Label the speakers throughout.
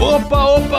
Speaker 1: Opa, opa,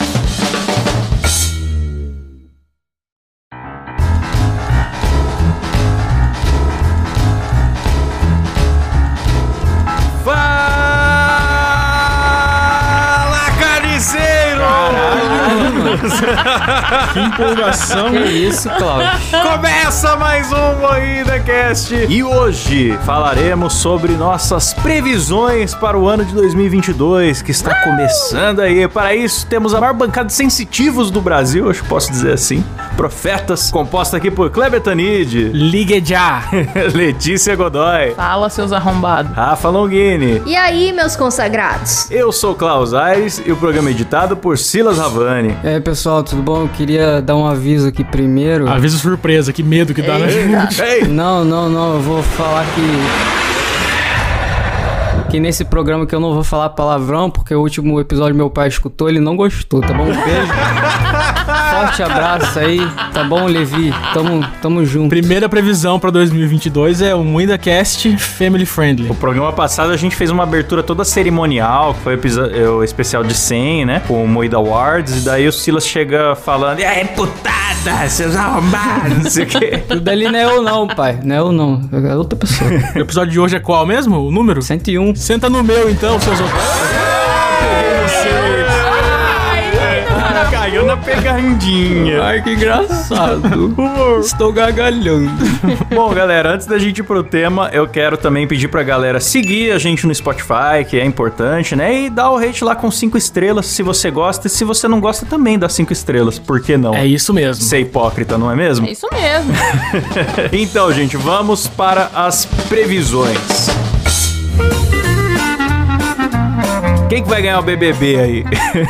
Speaker 1: Fala, carniceiro!
Speaker 2: Que empolgação.
Speaker 3: Que isso, Cláudio.
Speaker 1: Começa mais um Moída Cast. E hoje falaremos sobre nossas previsões para o ano de 2022, que está começando aí. Para isso, temos a maior bancada de sensitivos do Brasil, acho que posso dizer assim. Profetas, composta aqui por Kleber Tanid,
Speaker 2: Ligue já!
Speaker 1: Letícia Godoy,
Speaker 3: Fala, seus arrombados.
Speaker 1: Rafa Longini.
Speaker 4: E aí, meus consagrados?
Speaker 1: Eu sou Klaus Aires e o programa é editado por Silas Ravani.
Speaker 5: E aí, pessoal, tudo bom? Eu queria dar um aviso aqui primeiro.
Speaker 2: Aviso surpresa, que medo que dá, né?
Speaker 1: Ei!
Speaker 5: Não, não, não, eu vou falar que. Que nesse programa que eu não vou falar palavrão, porque o último episódio meu pai escutou, ele não gostou, tá bom? Um beijo. Forte abraço aí, tá bom, Levi? Tamo, tamo junto.
Speaker 2: Primeira previsão pra 2022 é um WindaCast Family Friendly.
Speaker 1: O programa passado a gente fez uma abertura toda cerimonial, que foi o episo- é, o especial de 100, né? Com o Moída Awards, e daí o Silas chega falando, e aí, putada, seus arrombados, não sei o quê.
Speaker 5: O dali não é eu não, pai. Não é eu não. É outra pessoa.
Speaker 2: O episódio de hoje é qual mesmo? O número?
Speaker 5: 101.
Speaker 2: Senta no meu então, seus otários.
Speaker 1: Caiu tá na pegandinha.
Speaker 5: Ai, que engraçado. Estou gargalhando.
Speaker 1: Bom, galera, antes da gente ir pro tema, eu quero também pedir pra galera seguir a gente no Spotify, que é importante, né? E dar o rate lá com cinco estrelas se você gosta. E se você não gosta, também dá cinco estrelas. Por que não?
Speaker 2: É isso mesmo.
Speaker 1: Ser hipócrita, não é mesmo?
Speaker 3: É isso mesmo.
Speaker 1: Então, gente, vamos para as previsões. Quem que vai ganhar o BBB aí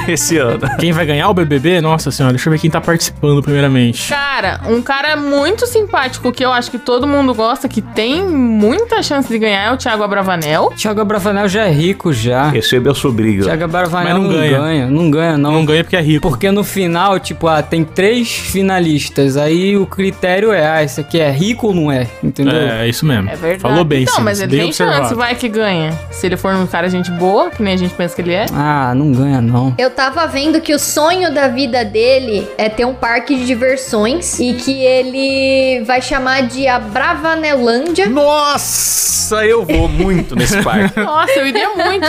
Speaker 1: esse ano?
Speaker 2: Quem vai ganhar o BBB? Nossa senhora, deixa eu ver quem tá participando primeiramente.
Speaker 3: Cara, um cara muito simpático que eu acho que todo mundo gosta, que tem muita chance de ganhar, é o Thiago Abravanel.
Speaker 5: Thiago Abravanel já é rico já.
Speaker 1: Esse é meu sobrinho.
Speaker 5: Thiago Abravanel
Speaker 2: Mas
Speaker 5: não,
Speaker 2: não ganha.
Speaker 5: ganha. Não ganha, não.
Speaker 2: Não ganha porque é rico.
Speaker 5: Porque no final, tipo, ah, tem três finalistas. Aí o critério é, ah, esse aqui é rico ou não é? Entendeu?
Speaker 2: É, é isso mesmo.
Speaker 3: É verdade.
Speaker 2: Falou bem,
Speaker 3: Então,
Speaker 2: Silas,
Speaker 3: mas ele
Speaker 2: bem
Speaker 3: tem
Speaker 2: observado.
Speaker 3: chance, vai que ganha. Se ele for um cara gente boa, que nem a gente pensa que ele é.
Speaker 5: Ah, não ganha, não.
Speaker 4: Eu tava vendo que o sonho da vida dele é ter um parque de diversões e que ele vai chamar de a Bravanelândia.
Speaker 1: Nossa, eu vou muito nesse parque.
Speaker 3: Nossa, eu iria muito.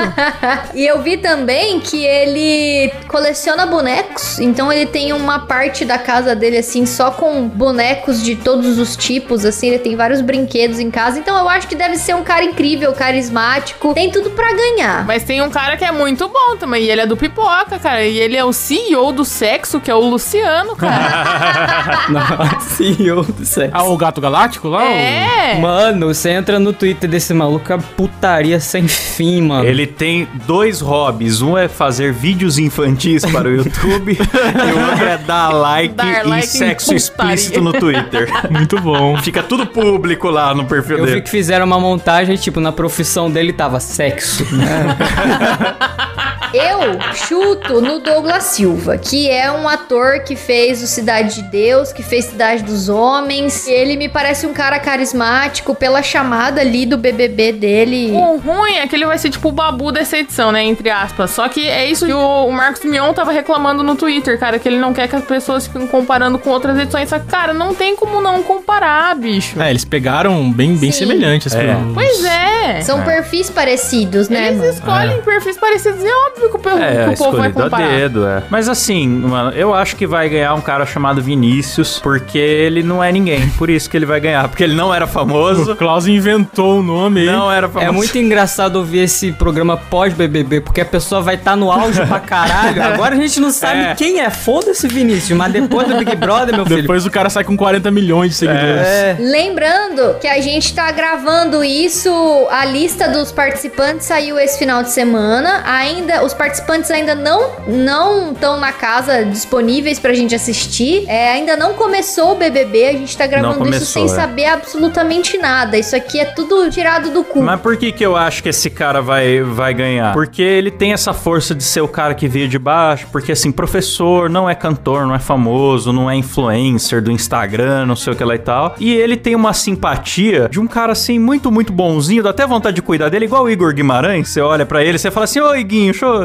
Speaker 4: E eu vi também que ele coleciona bonecos, então ele tem uma parte da casa dele assim só com bonecos de todos os tipos, assim, ele tem vários brinquedos em casa. Então eu acho que deve ser um cara incrível, carismático, tem tudo pra ganhar.
Speaker 3: Mas tem um cara que é muito bom também, e ele é do Pipoca, cara. E ele é o CEO do sexo, que é o Luciano, cara.
Speaker 5: Não, senhor do céu.
Speaker 2: Ah, o Gato Galáctico lá? o-
Speaker 3: é.
Speaker 5: Mano, você entra no Twitter desse maluco, é putaria sem fim, mano.
Speaker 1: Ele tem dois hobbies. Um é fazer vídeos infantis para o YouTube e o outro é dar like
Speaker 3: Dar
Speaker 1: e
Speaker 3: like em
Speaker 1: sexo
Speaker 3: putaria.
Speaker 1: explícito no Twitter.
Speaker 2: Muito bom.
Speaker 1: Fica tudo público lá no
Speaker 2: é
Speaker 1: perfil
Speaker 5: Eu
Speaker 1: dele.
Speaker 5: vi que fizeram uma montagem, tipo, na profissão dele tava sexo. né?
Speaker 4: Eu chuto no Douglas Silva, que é um ator que fez o Cidade de Deus, que fez Cidade dos Homens. Ele me parece um cara carismático pela chamada ali do BBB dele.
Speaker 3: O ruim é que ele vai ser tipo o babu dessa edição, né? Entre aspas. Só que é isso que o, o Marcos Mion tava reclamando no Twitter, cara, que ele não quer que as pessoas fiquem comparando com outras edições. Só que, cara, não tem como não comparar, bicho.
Speaker 2: É, eles pegaram bem, bem assim,
Speaker 4: Sim.
Speaker 2: semelhantes.
Speaker 1: É.
Speaker 2: pelo-
Speaker 3: Pois é.
Speaker 4: São perfis parecidos, né?
Speaker 3: Eles
Speaker 4: mano?
Speaker 3: escolhem perfis parecidos e é óbvio que o, povo-
Speaker 1: É,
Speaker 3: que o povo vai
Speaker 1: escolhido a
Speaker 3: comparar.
Speaker 1: dedo, é. Mas assim, mano, eu acho que vai ganhar um cara chamado Vinícius, porque ele não é ninguém. Por isso que ele vai ganhar, porque ele não era
Speaker 2: O
Speaker 1: famoso.
Speaker 2: Klaus inventou o nome. hein?
Speaker 1: Não era famoso.
Speaker 5: É muito engraçado ouvir esse programa pós-BBB, porque a pessoa vai estar no auge pra caralho. Agora a gente não sabe
Speaker 1: É.
Speaker 5: quem é. Foda-se, Vinícius. Mas depois do Big Brother, meu filho.
Speaker 2: Depois o cara sai com 40 milhões de seguidores.
Speaker 5: É.
Speaker 4: Lembrando que a gente tá gravando isso, a lista dos participantes saiu esse final de semana. Ainda os participantes ainda não não estão na casa disponíveis pra gente assistir. É, ainda não começou o BBB, a gente tá gravando
Speaker 1: começou,
Speaker 4: isso sem
Speaker 1: é.
Speaker 4: saber absolutamente nada. Isso aqui é tudo tirado do cu.
Speaker 1: Mas por que que eu acho que esse cara vai, vai ganhar? Porque ele tem essa força de ser o cara que veio de baixo, porque assim, professor, não é cantor, não é famoso, não é influencer do Instagram, não sei o que lá e tal. E ele tem uma simpatia de um cara assim, muito, muito bonzinho, dá até vontade de cuidar dele, igual o Igor Guimarães, você olha pra ele, você fala assim, ô Iguinho, deixa eu...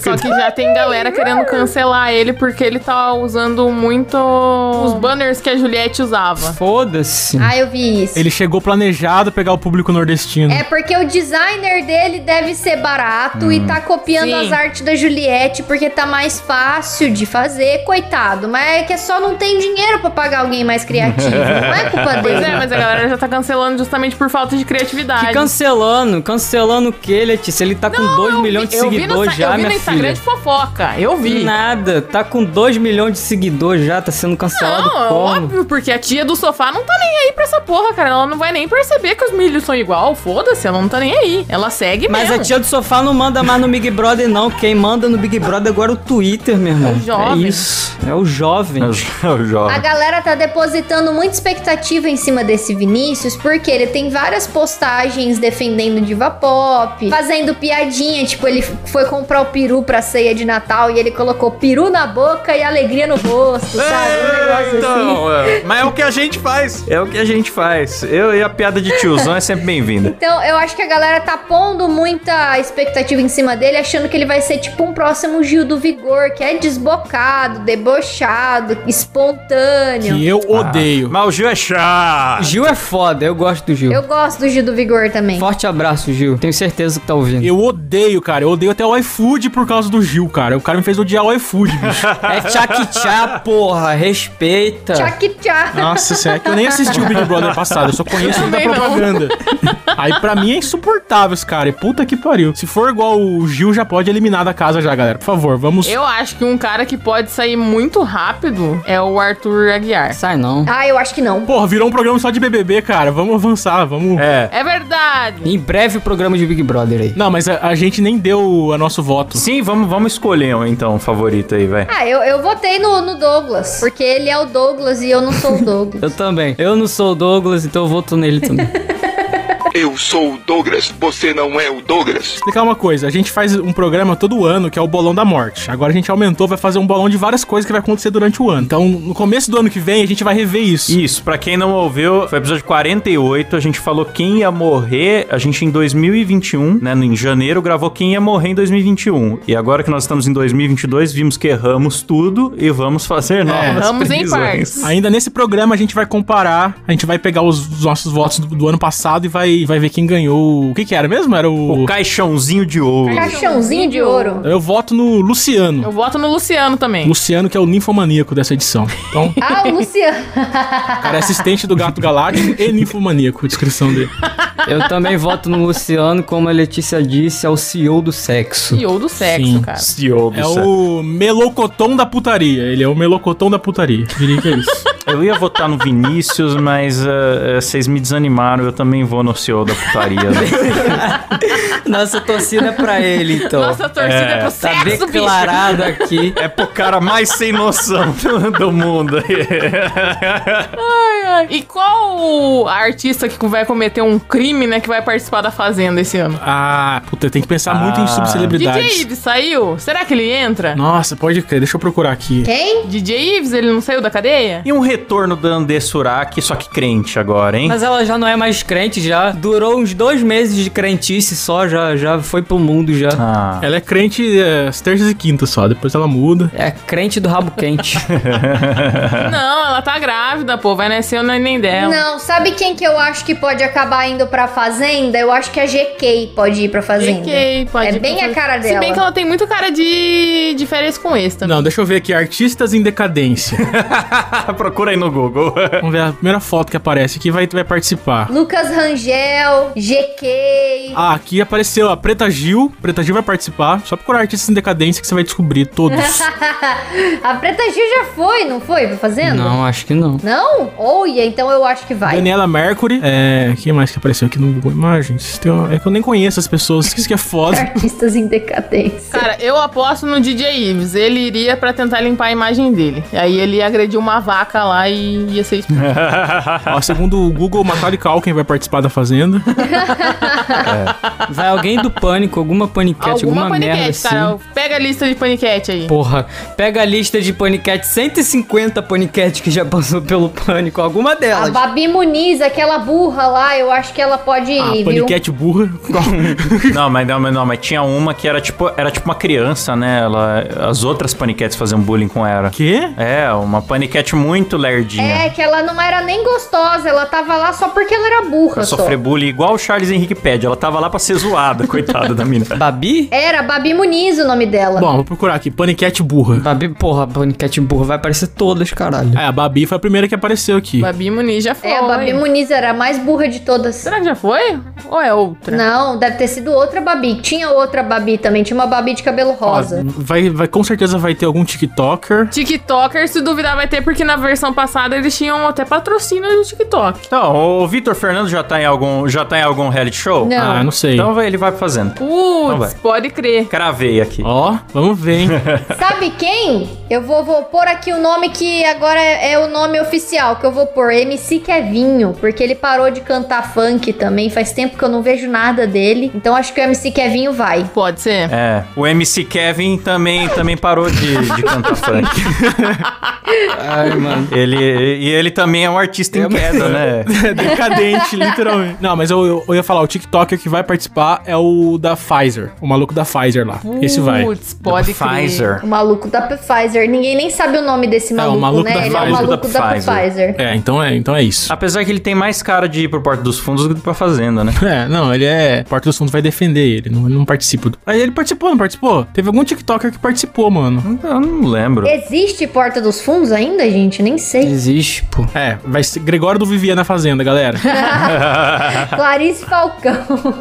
Speaker 3: Só que já tem galera querendo cancelar ele porque ele tá usando muito os banners que a Juliette usava.
Speaker 5: Foda-se.
Speaker 4: Ah, eu vi isso.
Speaker 2: Ele chegou planejado pegar o público nordestino.
Speaker 4: É porque o designer dele deve ser barato e tá copiando
Speaker 3: Sim.
Speaker 4: as artes da Juliette porque tá mais fácil de fazer, coitado. Mas é que só não tem dinheiro pra pagar alguém mais criativo. não é culpa
Speaker 3: Pois
Speaker 4: dele.
Speaker 3: é, mas a galera já tá cancelando justamente por falta de
Speaker 5: Que
Speaker 3: criatividade.
Speaker 5: cancelando, cancelando o que, Letícia? Ele tá com 2 milhões de
Speaker 3: Eu vi no
Speaker 5: seguidores
Speaker 3: sa-
Speaker 5: já,
Speaker 3: eu vi
Speaker 5: minha
Speaker 3: no Instagram
Speaker 5: filha.
Speaker 3: de fofoca. Eu vi.
Speaker 5: Nada, tá com 2 milhões de seguidores já, tá sendo cancelado
Speaker 3: Não, é
Speaker 5: como?
Speaker 3: óbvio, porque a tia do sofá não tá nem aí pra essa porra, cara. Ela não vai nem perceber que os milhos são igual. Foda-se, ela não tá nem aí. Ela segue
Speaker 5: Mas
Speaker 3: mesmo.
Speaker 5: a tia do sofá não manda mais no Big Brother, não. Quem manda no Big Brother agora é o Twitter, meu irmão.
Speaker 3: o jovem.
Speaker 5: É isso. É o jovem.
Speaker 1: o
Speaker 4: A
Speaker 1: jovem.
Speaker 4: galera tá depositando muita expectativa em cima desse Vinícius, porque ele tem várias postagens defendendo diva pop, fazendo piadinha, tipo, ele foi comprar o peru pra ceia de Natal e ele colocou peru na boca e alegria no rosto, sabe? Um negócio assim.
Speaker 1: Então, é. mas é o que a gente faz. É o que a gente faz. Eu e a piada de tiozão é sempre bem-vinda.
Speaker 4: Então, eu acho que a galera tá pondo muita expectativa em cima dele, achando que ele vai ser tipo um próximo Gil do Vigor, que é desbocado, debochado, espontâneo.
Speaker 2: Que eu odeio.
Speaker 1: Mas o Gil é chato.
Speaker 5: Gil é foda, eu gosto do Gil.
Speaker 4: Eu gosto do Gil do Vigor também.
Speaker 5: Forte abraço, Gil. Tenho certeza que tá ouvindo.
Speaker 2: Eu odeio, cara. Eu odeio até o iFood por causa do Gil, cara. O cara me fez odiar o iFood, bicho.
Speaker 5: É tchá, porra. Respeita.
Speaker 4: Tchac tchac.
Speaker 2: Nossa, sério. É que eu nem assisti o Big Brother passado. Eu só conheço da
Speaker 3: Também não.
Speaker 2: propaganda. Aí pra mim é insuportável esse cara. E Puta que pariu. Se for igual o Gil, já pode eliminar da casa já, galera. Por favor, vamos...
Speaker 3: Eu acho que um cara que pode sair muito rápido é o Arthur Aguiar.
Speaker 5: Sai não.
Speaker 4: Ah, eu acho que não.
Speaker 2: Porra, virou um programa só de BBB, cara. Vamos avançar, vamos...
Speaker 1: É.
Speaker 3: É verdade.
Speaker 5: Em breve o programa de Big Brother aí.
Speaker 2: Não, mas a, a gente nem deu a nosso voto.
Speaker 1: Sim, vamos, vamos escolher um, então, um favorito aí, vai.
Speaker 4: Ah, eu, eu votei no, no Douglas, porque ele é o Douglas e eu não sou o
Speaker 5: Eu
Speaker 4: Douglas.
Speaker 5: também. Eu não sou o Douglas, então eu voto nele também.
Speaker 6: Eu sou o Douglas, você não é o Douglas.
Speaker 2: explicar uma coisa. A gente faz um programa todo ano que é o Bolão da Morte. Agora a gente aumentou, vai fazer um bolão de várias coisas que vai acontecer durante o ano. Então, no começo do ano que vem, a gente vai rever isso.
Speaker 1: Isso, pra quem não ouviu, foi o episódio 48, a gente falou quem ia morrer, a gente em 2021, né, no- em janeiro, gravou quem ia morrer em 2021. E agora que nós estamos em 2022, vimos que erramos tudo e vamos fazer novas
Speaker 3: erramos em
Speaker 1: É, previsões.
Speaker 3: partes.
Speaker 2: Ainda nesse programa a gente vai comparar, a gente vai pegar os, os nossos votos do, do ano passado e vai, vai ver quem ganhou. O que que era mesmo? Era o...
Speaker 1: O caixãozinho de ouro.
Speaker 4: Caixãozinho de ouro.
Speaker 2: Eu voto no Luciano.
Speaker 3: Eu voto no Luciano também.
Speaker 2: Luciano, que é o ninfomaníaco dessa edição. Então,
Speaker 4: Ah, o Luciano.
Speaker 2: o cara é assistente do Gato Galáctico e ninfomaníaco, a descrição dele.
Speaker 5: Eu também voto no Luciano, como a Letícia disse, é o CEO do sexo.
Speaker 3: E ou do sexo,
Speaker 2: Sim.
Speaker 3: cara.
Speaker 1: CEO do
Speaker 2: É
Speaker 1: céu.
Speaker 2: o melocotão da putaria. Ele é o melocotão da putaria. Diria que é isso.
Speaker 1: Eu ia votar no Vinícius, mas eh, eh, vocês me desanimaram, eu também vou no CEO da putaria. né?
Speaker 5: Nossa torcida é pra ele, então.
Speaker 3: Nossa torcida
Speaker 1: É,
Speaker 3: é, pro
Speaker 5: tá
Speaker 3: sexo, bicho.
Speaker 5: declarado aqui.
Speaker 1: É pro cara mais sem noção do mundo.
Speaker 3: Ai, E qual a artista que vai cometer um crime, né, que vai participar da Fazenda esse ano?
Speaker 2: Ah, puta, tem que pensar muito
Speaker 1: Ah.
Speaker 2: em subcelebridades.
Speaker 3: DJ Ives saiu? Será que ele entra?
Speaker 2: Nossa, pode crer, deixa eu procurar aqui.
Speaker 4: Quem?
Speaker 3: DJ Ives, ele não saiu da cadeia?
Speaker 1: E um retorno da Andê Suraki, só que crente agora, hein?
Speaker 5: Mas ela já não é mais crente, já durou uns dois meses de crentice só, já, já foi pro mundo já.
Speaker 1: Ah.
Speaker 2: Ela é crente é, às terças e quintas só, depois ela
Speaker 3: Tá
Speaker 2: muda.
Speaker 5: É crente do rabo quente. É.
Speaker 3: Não, ela tá grávida, pô. Vai nascer o neném dela.
Speaker 4: Não, sabe quem que eu acho que pode acabar indo pra fazenda? Eu acho que a GK pode ir pra fazenda.
Speaker 3: GK, pode
Speaker 4: É
Speaker 3: ir
Speaker 4: bem
Speaker 3: pra-
Speaker 4: a cara
Speaker 3: Se bem
Speaker 4: dela.
Speaker 3: que ela tem muito cara de, de férias com esta.
Speaker 2: Não, deixa eu ver aqui, artistas em decadência.
Speaker 1: Procura aí no Google.
Speaker 2: Vamos ver a primeira foto que aparece aqui, vai, vai participar.
Speaker 4: Lucas Rangel, GK.
Speaker 2: Ah, aqui apareceu a Preta Gil. Preta Gil vai participar. Só procurar artistas em decadência que você vai descobrir todos.
Speaker 4: a Preta Gil já foi, não foi pra fazenda?
Speaker 5: não, acho que não.
Speaker 4: Não? Olha, então eu acho que vai.
Speaker 2: Daniela Mercury. É. Quem mais que apareceu aqui no Google Imagens? Tem uma- é que eu nem conheço as pessoas. Isso que é foda.
Speaker 4: Artistas em decadência.
Speaker 3: Cara, eu aposto no DJ Ives. Ele iria pra tentar limpar a imagem dele. E aí ele ia agredir uma vaca lá e ia ser expulso.
Speaker 2: Ó, segundo o Google, Macaulay Culkin vai participar da Fazenda.
Speaker 5: Vai alguém do pânico, alguma paniquete, alguma,
Speaker 3: Alguma
Speaker 5: merda
Speaker 3: paniquete, tá?
Speaker 5: assim.
Speaker 3: cara. Pega a lista de paniquete aí.
Speaker 5: Porra, pega a lista de paniquete, 150 paniquete que já passou pelo pânico, alguma
Speaker 4: A
Speaker 5: delas.
Speaker 4: Babi Muniz, aquela burra lá, eu acho que ela pode
Speaker 2: Ah,
Speaker 4: ir, viu?
Speaker 2: paniquete burra.
Speaker 1: não, mas, não, mas não, mas tinha uma que era tipo, era tipo uma criança, né? Ela, as outras paniquetes faziam bullying com ela.
Speaker 2: Quê?
Speaker 1: É, uma paniquete muito lerdinha.
Speaker 4: É, que ela não era nem gostosa, ela tava lá só porque ela era burra.
Speaker 1: Pra
Speaker 4: Só.
Speaker 1: sofrer bullying igual o Charles Henrique pede. Ela tava lá pra ser zoada, coitada da mina.
Speaker 5: Babi?
Speaker 4: Era Babi Muniz o nome dela.
Speaker 2: Bom, vou procurar aqui. Paniquete burra.
Speaker 5: Babi, porra, paniquete burra, vai aparecer todas, caralho.
Speaker 2: É, a Babi foi a primeira que apareceu aqui.
Speaker 3: Babi Muniz já foi.
Speaker 4: é, a Babi Muniz era a mais burra de todas.
Speaker 3: Será que já foi? Ou é outra?
Speaker 4: Não, deve ter sido outra Babi. Tinha outra Babi também, tinha uma Babi de cabelo
Speaker 2: Ó,
Speaker 4: rosa.
Speaker 2: vai, vai, com certeza vai ter algum TikToker.
Speaker 3: TikToker, se duvidar, vai ter, porque na versão passada eles tinham até patrocínio do TikTok.
Speaker 1: Então, o Vitor Fernando já tá em algum, já tá em algum reality show?
Speaker 4: Não.
Speaker 2: Ah, não sei.
Speaker 1: Então vai- ele vai fazendo. Então
Speaker 3: Putz,
Speaker 1: vai.
Speaker 3: pode crer.
Speaker 1: Cravei aqui.
Speaker 2: Ó, vamos ver, hein?
Speaker 4: Sabe quem? Eu vou, vou pôr aqui o nome que agora é, é o nome oficial que eu vou pôr. MC Kevinho, porque ele parou de cantar funk também. Faz tempo que eu não vejo nada dele. Então acho que o MC Kevinho vai.
Speaker 3: Pode ser?
Speaker 1: É, o MC Kevin também, também parou de, de cantar funk.
Speaker 5: Ai, mano.
Speaker 1: Ele, e ele também é um artista em queda, né?
Speaker 2: É decadente, literalmente. Não, mas eu, eu, eu ia falar, o TikToker que vai participar é o da Pfizer. O maluco da Pfizer lá. Esse vai.
Speaker 3: Putz, pode crer.
Speaker 1: Pfizer.
Speaker 4: O maluco da Pfizer. Ninguém nem sabe o nome desse maluco,
Speaker 2: maluco
Speaker 4: né?
Speaker 2: da
Speaker 4: ele é o
Speaker 2: Pfizer.
Speaker 4: maluco da,
Speaker 1: Da
Speaker 4: Pfizer.
Speaker 1: Pfizer.
Speaker 2: É, então é, então é isso.
Speaker 1: Apesar que ele tem mais cara de ir pro Porto dos Fundos do que pra Fazenda, né?
Speaker 2: É, não, ele é. Porta dos Fundos vai defender ele, não, ele não participa. do- Aí ele participou, não participou? Teve algum TikToker que participou, mano.
Speaker 1: Eu não lembro.
Speaker 4: Existe Porta dos Fundos ainda, gente? Nem sei.
Speaker 5: Existe, pô.
Speaker 2: É, vai ser Gregório do Vivier na Fazenda, galera.
Speaker 4: Clarice Falcão.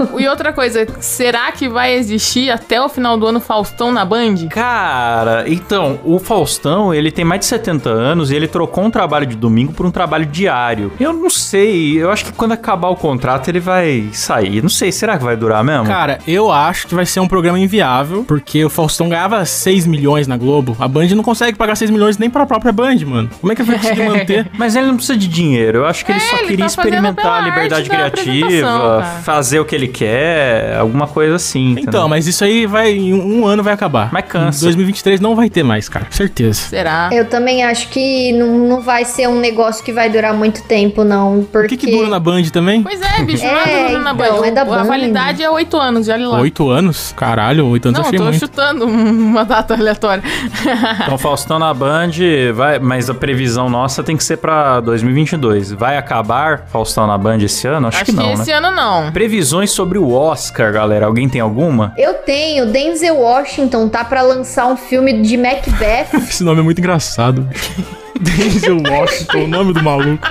Speaker 3: E outra coisa, será que vai existir até o final do ano Faustão na Band?
Speaker 1: Cara, então, o Faustão, ele tem mais de 70 anos e ele trocou um trabalho de domingo por um trabalho diário. Eu não sei, eu acho que quando acabar o contrato ele vai sair. Não sei, será que vai durar mesmo?
Speaker 2: Cara, eu acho que vai ser um programa inviável, porque o Faustão ganhava 6 milhões na Globo. A Band não consegue pagar 6 milhões nem pra própria Band, mano. Como é que vai conseguir manter?
Speaker 1: Mas ele não precisa de dinheiro, eu acho que ele só
Speaker 3: ele tá
Speaker 1: queria
Speaker 3: fazendo pela
Speaker 1: experimentar a
Speaker 3: arte
Speaker 1: liberdade
Speaker 3: da apresentação,
Speaker 1: criativa,
Speaker 3: cara.
Speaker 1: fazer o que ele quer, alguma coisa assim. entendeu?
Speaker 2: Então, mas isso aí vai. Em um ano vai acabar.
Speaker 1: Mas cansa.
Speaker 2: Em 2023 não vai ter mais, cara. Certeza.
Speaker 3: Será?
Speaker 4: Eu também acho que não, não vai ser um negócio que vai durar muito tempo, não.
Speaker 2: O
Speaker 4: Porque...
Speaker 2: que, que dura na Band também?
Speaker 3: Pois é, bicho, não
Speaker 4: É,
Speaker 3: é, do Bruno na
Speaker 4: então,
Speaker 3: Band.
Speaker 4: é da
Speaker 3: A
Speaker 4: Band.
Speaker 3: validade é oito anos, já olha lá.
Speaker 2: Oito anos? Caralho, oito anos
Speaker 3: Não,
Speaker 2: eu achei
Speaker 3: tô
Speaker 2: muito.
Speaker 3: chutando uma data aleatória.
Speaker 1: Então, Faustão na Band, vai, mas a previsão nossa tem que ser pra 2022. Vai acabar Faustão na Band esse ano? Acho,
Speaker 3: Acho
Speaker 1: que não, né?
Speaker 3: esse ano não.
Speaker 1: Previsões sobre o Oscar, galera. Alguém tem alguma?
Speaker 4: Eu tenho, Denzel Washington tá pra lançar um filme de Macbeth.
Speaker 2: Esse nome é muito engraçado. bicho. Denzel Washington, o nome do maluco.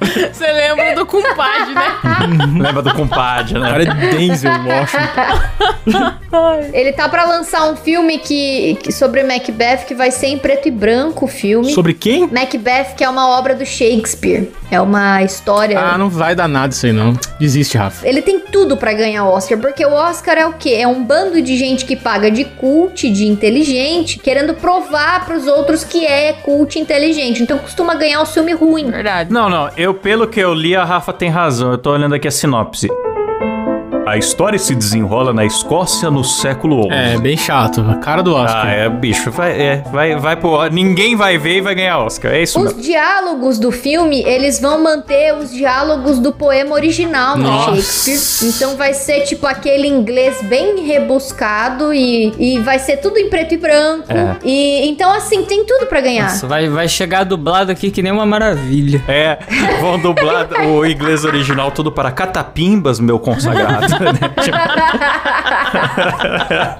Speaker 3: Você lembra do compadre, né?
Speaker 1: Lembra do compadre,
Speaker 2: O
Speaker 1: né?
Speaker 2: Uhum. cara é Denzel Washington.
Speaker 4: Ele tá pra lançar um filme que, que- sobre Macbeth que vai ser em preto e branco o filme.
Speaker 2: Sobre quem?
Speaker 4: Macbeth, que é uma obra do Shakespeare. É uma história.
Speaker 2: Ah, não vai dar nada isso aí, não. Desiste, Rafa.
Speaker 4: Ele tem tudo pra ganhar o Oscar, porque o Oscar é o quê? É um bando de gente que paga de cult, de inteligente, querendo provar pros outros que é cult inteligente. Então costuma ganhar o filme ruim.
Speaker 3: Verdade.
Speaker 1: Não, não, eu pelo que eu li, a Rafa tem razão. Eu tô olhando aqui a sinopse. A história se desenrola na Escócia no século XI.
Speaker 2: É, bem chato. A cara do Oscar.
Speaker 1: Ah, é, bicho, vai, é, vai, vai pro. Ninguém vai ver e vai ganhar Oscar. É isso mesmo.
Speaker 4: Os diálogos do filme, eles vão manter os diálogos do poema original do
Speaker 2: Nossa.
Speaker 4: Shakespeare. Então vai ser tipo aquele inglês bem rebuscado e, e vai ser tudo em preto e branco.
Speaker 2: É.
Speaker 4: E então assim, tem tudo pra ganhar.
Speaker 5: Nossa, vai, vai chegar dublado aqui que nem uma maravilha.
Speaker 1: É, vão dublar o inglês original tudo para catapimbas, meu consagrado.
Speaker 4: Ah,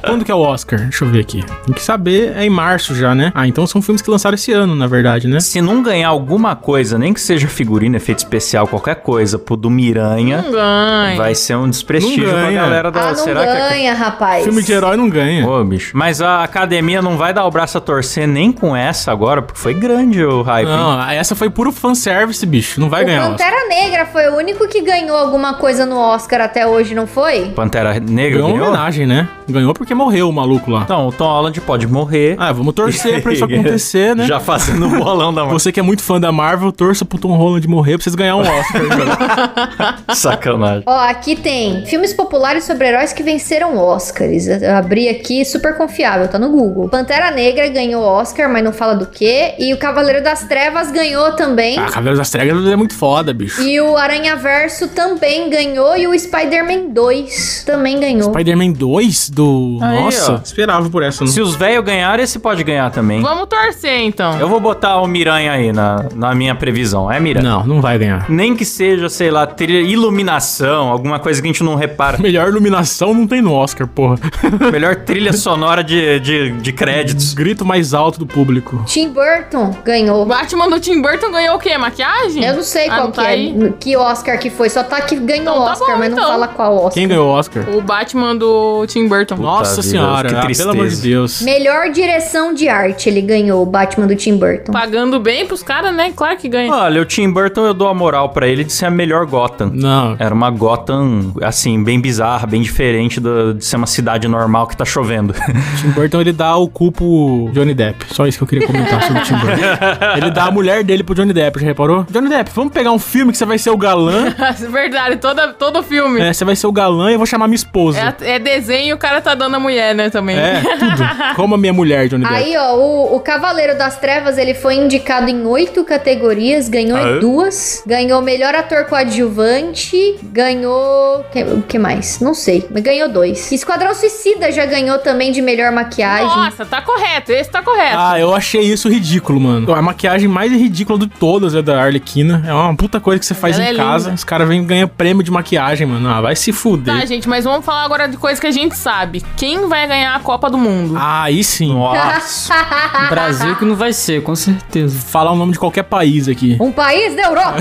Speaker 2: Quando que é o Oscar? Deixa eu ver aqui. Tem que saber, é em março já, né? Ah, então são filmes que lançaram esse ano, na verdade, né?
Speaker 1: Se não ganhar alguma coisa, nem que seja figurina, efeito especial, qualquer coisa, pro do Miranha,
Speaker 3: Não ganha.
Speaker 1: vai ser um desprestígio
Speaker 2: Não
Speaker 1: pra
Speaker 2: ganha.
Speaker 1: galera da.
Speaker 4: Ah, não
Speaker 1: será que. é
Speaker 4: ganha, rapaz.
Speaker 2: é Filme de herói não ganha.
Speaker 1: Ô, bicho. Mas a academia não vai dar o braço a torcer nem com essa agora, porque foi grande o hype. hein?
Speaker 2: Não, essa foi puro fanservice, bicho. Não vai
Speaker 4: O
Speaker 2: ganhar. Oscar.
Speaker 4: Pantera Negra foi o único que ganhou alguma coisa no Oscar até hoje, não foi?
Speaker 1: Pantera Negra
Speaker 2: Ganhou uma
Speaker 1: ganhou?
Speaker 2: homenagem, né? Ganhou porque morreu o maluco lá.
Speaker 1: é Então, o Tom Holland pode morrer.
Speaker 2: Ah, vamos torcer pra isso acontecer, né?
Speaker 1: Já fazendo o bolão da
Speaker 2: Você que é muito fã da Marvel, torça pro Tom Holland morrer pra vocês ganharem um Oscar.
Speaker 1: Sacanagem.
Speaker 4: Ó, aqui tem filmes populares sobre heróis que venceram Oscars. Eu abri aqui, super confiável, tá no Google. Pantera Negra ganhou Oscar, mas não fala do quê. E o Cavaleiro das Trevas ganhou também.
Speaker 2: ah, Cavaleiros das Trevas é muito foda, bicho.
Speaker 4: E o Aranha Verso também ganhou. E o Spider-Man 2 também ganhou.
Speaker 2: Spider-Man 2 do.
Speaker 1: Aí,
Speaker 2: Nossa,
Speaker 1: ó.
Speaker 2: esperava por essa, não.
Speaker 1: Se os velhos ganharem, esse pode ganhar também.
Speaker 3: Vamos torcer, então.
Speaker 1: Eu vou botar o Miranha aí na, na minha previsão. É Miranha?
Speaker 2: Não, não vai ganhar.
Speaker 1: Nem que seja, sei lá, trilha, iluminação, alguma coisa que a gente não repara.
Speaker 2: Melhor iluminação não tem no Oscar, porra.
Speaker 1: Melhor trilha sonora de, de, de créditos.
Speaker 2: Grito mais alto do público.
Speaker 4: Tim Burton ganhou.
Speaker 3: O Batman do Tim Burton ganhou o quê? Maquiagem?
Speaker 4: Eu não sei
Speaker 3: Ah,
Speaker 4: qual
Speaker 3: não
Speaker 4: que
Speaker 3: tá
Speaker 4: é,
Speaker 3: aí?
Speaker 4: que Oscar que foi. Só tá que ganhou
Speaker 3: Então tá
Speaker 4: Oscar,
Speaker 3: bom,
Speaker 4: mas não
Speaker 3: então.
Speaker 4: fala qual Oscar.
Speaker 2: Quem ganhou o Oscar?
Speaker 3: O Batman do Tim Burton.
Speaker 2: Nossa
Speaker 1: vida,
Speaker 2: senhora,
Speaker 1: que
Speaker 2: ah,
Speaker 1: tristeza.
Speaker 2: pelo amor de Deus.
Speaker 4: Melhor direção de arte ele ganhou, o Batman do Tim Burton.
Speaker 3: Pagando bem pros caras, né? Claro que ganha.
Speaker 1: Olha, o Tim Burton, eu dou a moral pra ele de ser a melhor Gotham.
Speaker 2: Não.
Speaker 1: Era uma Gotham, assim, bem bizarra, bem diferente do- de ser uma cidade normal que tá chovendo.
Speaker 2: Tim Burton ele dá o cu pro Johnny Depp. Só isso que eu queria comentar sobre o Tim Burton. Ele dá a mulher dele pro Johnny Depp, já reparou? Johnny Depp, vamos pegar um filme que você vai ser o galã.
Speaker 3: Verdade, toda, todo filme.
Speaker 2: Ah. É, você vai ser o galã e eu vou chamar minha esposa.
Speaker 3: É, é desenho e o cara tá dando a mulher, né, também.
Speaker 2: É, tudo. Como a minha mulher, Johnny Depp.
Speaker 4: Aí, ó, o, o Cavaleiro das Trevas, ele foi indicado em oito categorias, ganhou
Speaker 1: Ah.
Speaker 2: é?
Speaker 4: em duas, ganhou melhor ator coadjuvante, ganhou... que- O que mais? Não sei, mas ganhou dois. Esquadrão Suicida já ganhou também de melhor maquiagem.
Speaker 3: Nossa, tá correto. Esse tá correto.
Speaker 2: Ah, eu achei isso ridículo, mano. A maquiagem mais ridícula de todas é da Arlequina. É uma puta coisa que você faz
Speaker 3: Ela
Speaker 2: em
Speaker 3: é
Speaker 2: casa.
Speaker 3: linda.
Speaker 2: Os caras vêm ganhar prêmio de maquiagem, mano. Ah, vai se fuder.
Speaker 3: Tá, gente, mas vamos falar agora de coisa que a gente sabe. Quem vai ganhar a Copa do Mundo?
Speaker 2: Ah, aí sim.
Speaker 1: Nossa.
Speaker 5: Brasil que não vai ser, com certeza.
Speaker 2: Falar o nome de qualquer país aqui.
Speaker 4: Um país da Europa!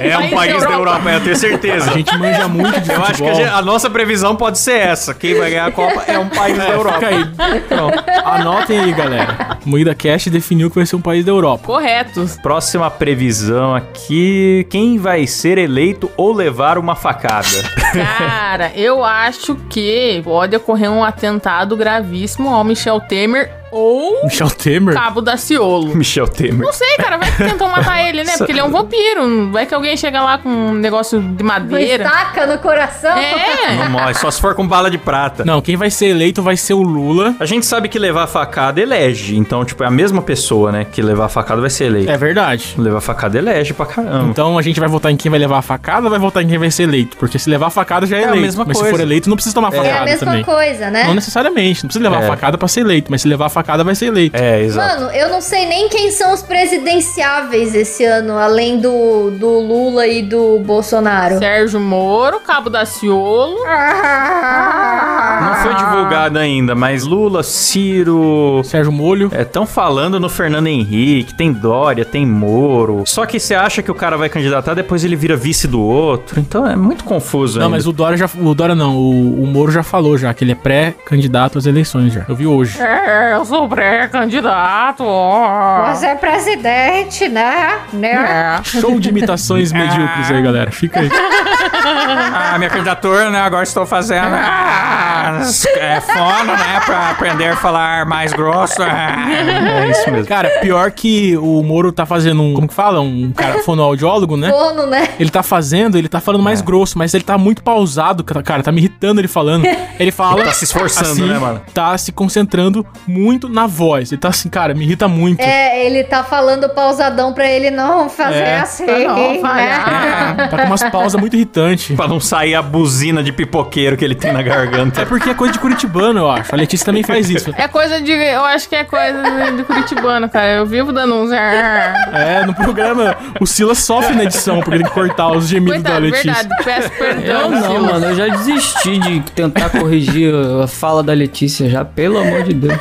Speaker 1: É um país da Europa, eu tenho certeza.
Speaker 2: A gente manja muito de
Speaker 1: Eu
Speaker 2: futebol.
Speaker 1: acho que a, gente- a nossa previsão pode ser essa. Quem vai ganhar a Copa é um país da Europa.
Speaker 2: Fica aí. Pronto. Anotem aí, galera. Moída Cash definiu que vai ser um país da Europa.
Speaker 3: Corretos.
Speaker 1: Próxima previsão aqui: quem vai ser eleito ou levar uma facada?
Speaker 3: Cara, eu acho que pode ocorrer um atentado gravíssimo ao Michel Temer ou
Speaker 2: Michel Temer?
Speaker 3: Cabo Daciolo.
Speaker 1: Michel Temer.
Speaker 3: Não sei, cara, vai que tentam matar ele, né? Porque ele é um vampiro. Não Vai que alguém chega lá com um negócio de
Speaker 4: Uma
Speaker 3: madeira.
Speaker 4: estaca no coração!
Speaker 3: É.
Speaker 1: Não morre, só se for com bala de prata.
Speaker 2: Não, quem vai ser eleito vai ser o Lula.
Speaker 1: A gente sabe que levar facada elege. Então, tipo, é a mesma pessoa, né? Que levar facada vai ser eleito.
Speaker 2: É verdade.
Speaker 1: Levar facada elege pra caramba.
Speaker 2: Então a gente vai votar em quem vai levar a facada ou vai votar em quem vai ser eleito? Porque se levar a facada já é,
Speaker 1: É a
Speaker 2: eleito.
Speaker 1: mesma
Speaker 2: mas se
Speaker 1: coisa.
Speaker 2: for eleito, não precisa tomar
Speaker 4: É
Speaker 2: facada
Speaker 4: a mesma
Speaker 2: também.
Speaker 4: coisa, né?
Speaker 2: Não necessariamente. Não precisa levar
Speaker 1: É.
Speaker 2: a facada pra ser eleito, mas se levar a facada vai ser eleito.
Speaker 1: É, exato.
Speaker 4: Mano, eu não sei nem quem são os presidenciáveis esse ano, além do, do Lula e
Speaker 3: É.
Speaker 4: do Bolsonaro.
Speaker 3: Sérgio Moro, Cabo Daciolo.
Speaker 1: Não foi divulgado ainda, mas Lula, Ciro.
Speaker 2: Sérgio Molho.
Speaker 1: Estão falando no Fernando Henrique, tem Dória, tem Moro. Só que você acha que o cara vai candidatar, depois ele vira vice do outro. Então é muito confuso
Speaker 2: Não,
Speaker 1: ainda.
Speaker 2: mas o Dória já. O Dória não, o, o Moro já falou já que ele é pré-candidato às eleições já. Eu vi hoje.
Speaker 3: É, eu sou pré-candidato.
Speaker 4: Você é presidente, né? Né?
Speaker 3: É.
Speaker 2: Show de imitações medíocres aí, galera. Fica aí.
Speaker 1: Ah, minha candidatura, né? Agora estou fazendo. Ah, é fono, né? Pra aprender a falar mais grosso. É isso mesmo.
Speaker 2: Cara, pior que o Moro tá fazendo um. Como que fala? Um cara fonoaudiólogo, né?
Speaker 4: Bono, né?
Speaker 2: Ele tá fazendo, ele tá falando
Speaker 1: É.
Speaker 2: mais grosso, mas ele tá muito pausado, ca- cara, tá me irritando ele falando. Ele fala.
Speaker 1: Ele tá se esforçando,
Speaker 2: assim,
Speaker 1: né, mano?
Speaker 2: Tá se concentrando muito na voz. Ele tá assim, cara, me irrita muito.
Speaker 4: É, ele tá falando pausadão pra ele não fazer
Speaker 2: É.
Speaker 4: assim,
Speaker 3: Pra não
Speaker 4: né?
Speaker 3: falhar.
Speaker 2: Tá com umas pausas muito irritantes.
Speaker 1: Pra não sair a buzina de pipoqueiro que ele tem na garganta.
Speaker 2: É porque é coisa de curitibano, eu acho. A Letícia também faz isso.
Speaker 3: É coisa de. Eu acho que é coisa de- do Curitibano, cara. Eu vivo dando uns. ar.
Speaker 2: É, no programa, o Silas sofre na edição, porque tem que cortar os gemidos da
Speaker 3: é, Coitado,
Speaker 2: Letícia.
Speaker 3: verdade. Peço
Speaker 5: Eu
Speaker 3: perdão.
Speaker 5: não,
Speaker 3: Silas.
Speaker 5: mano. Eu já desisti de tentar corrigir a fala da Letícia já, pelo amor de Deus.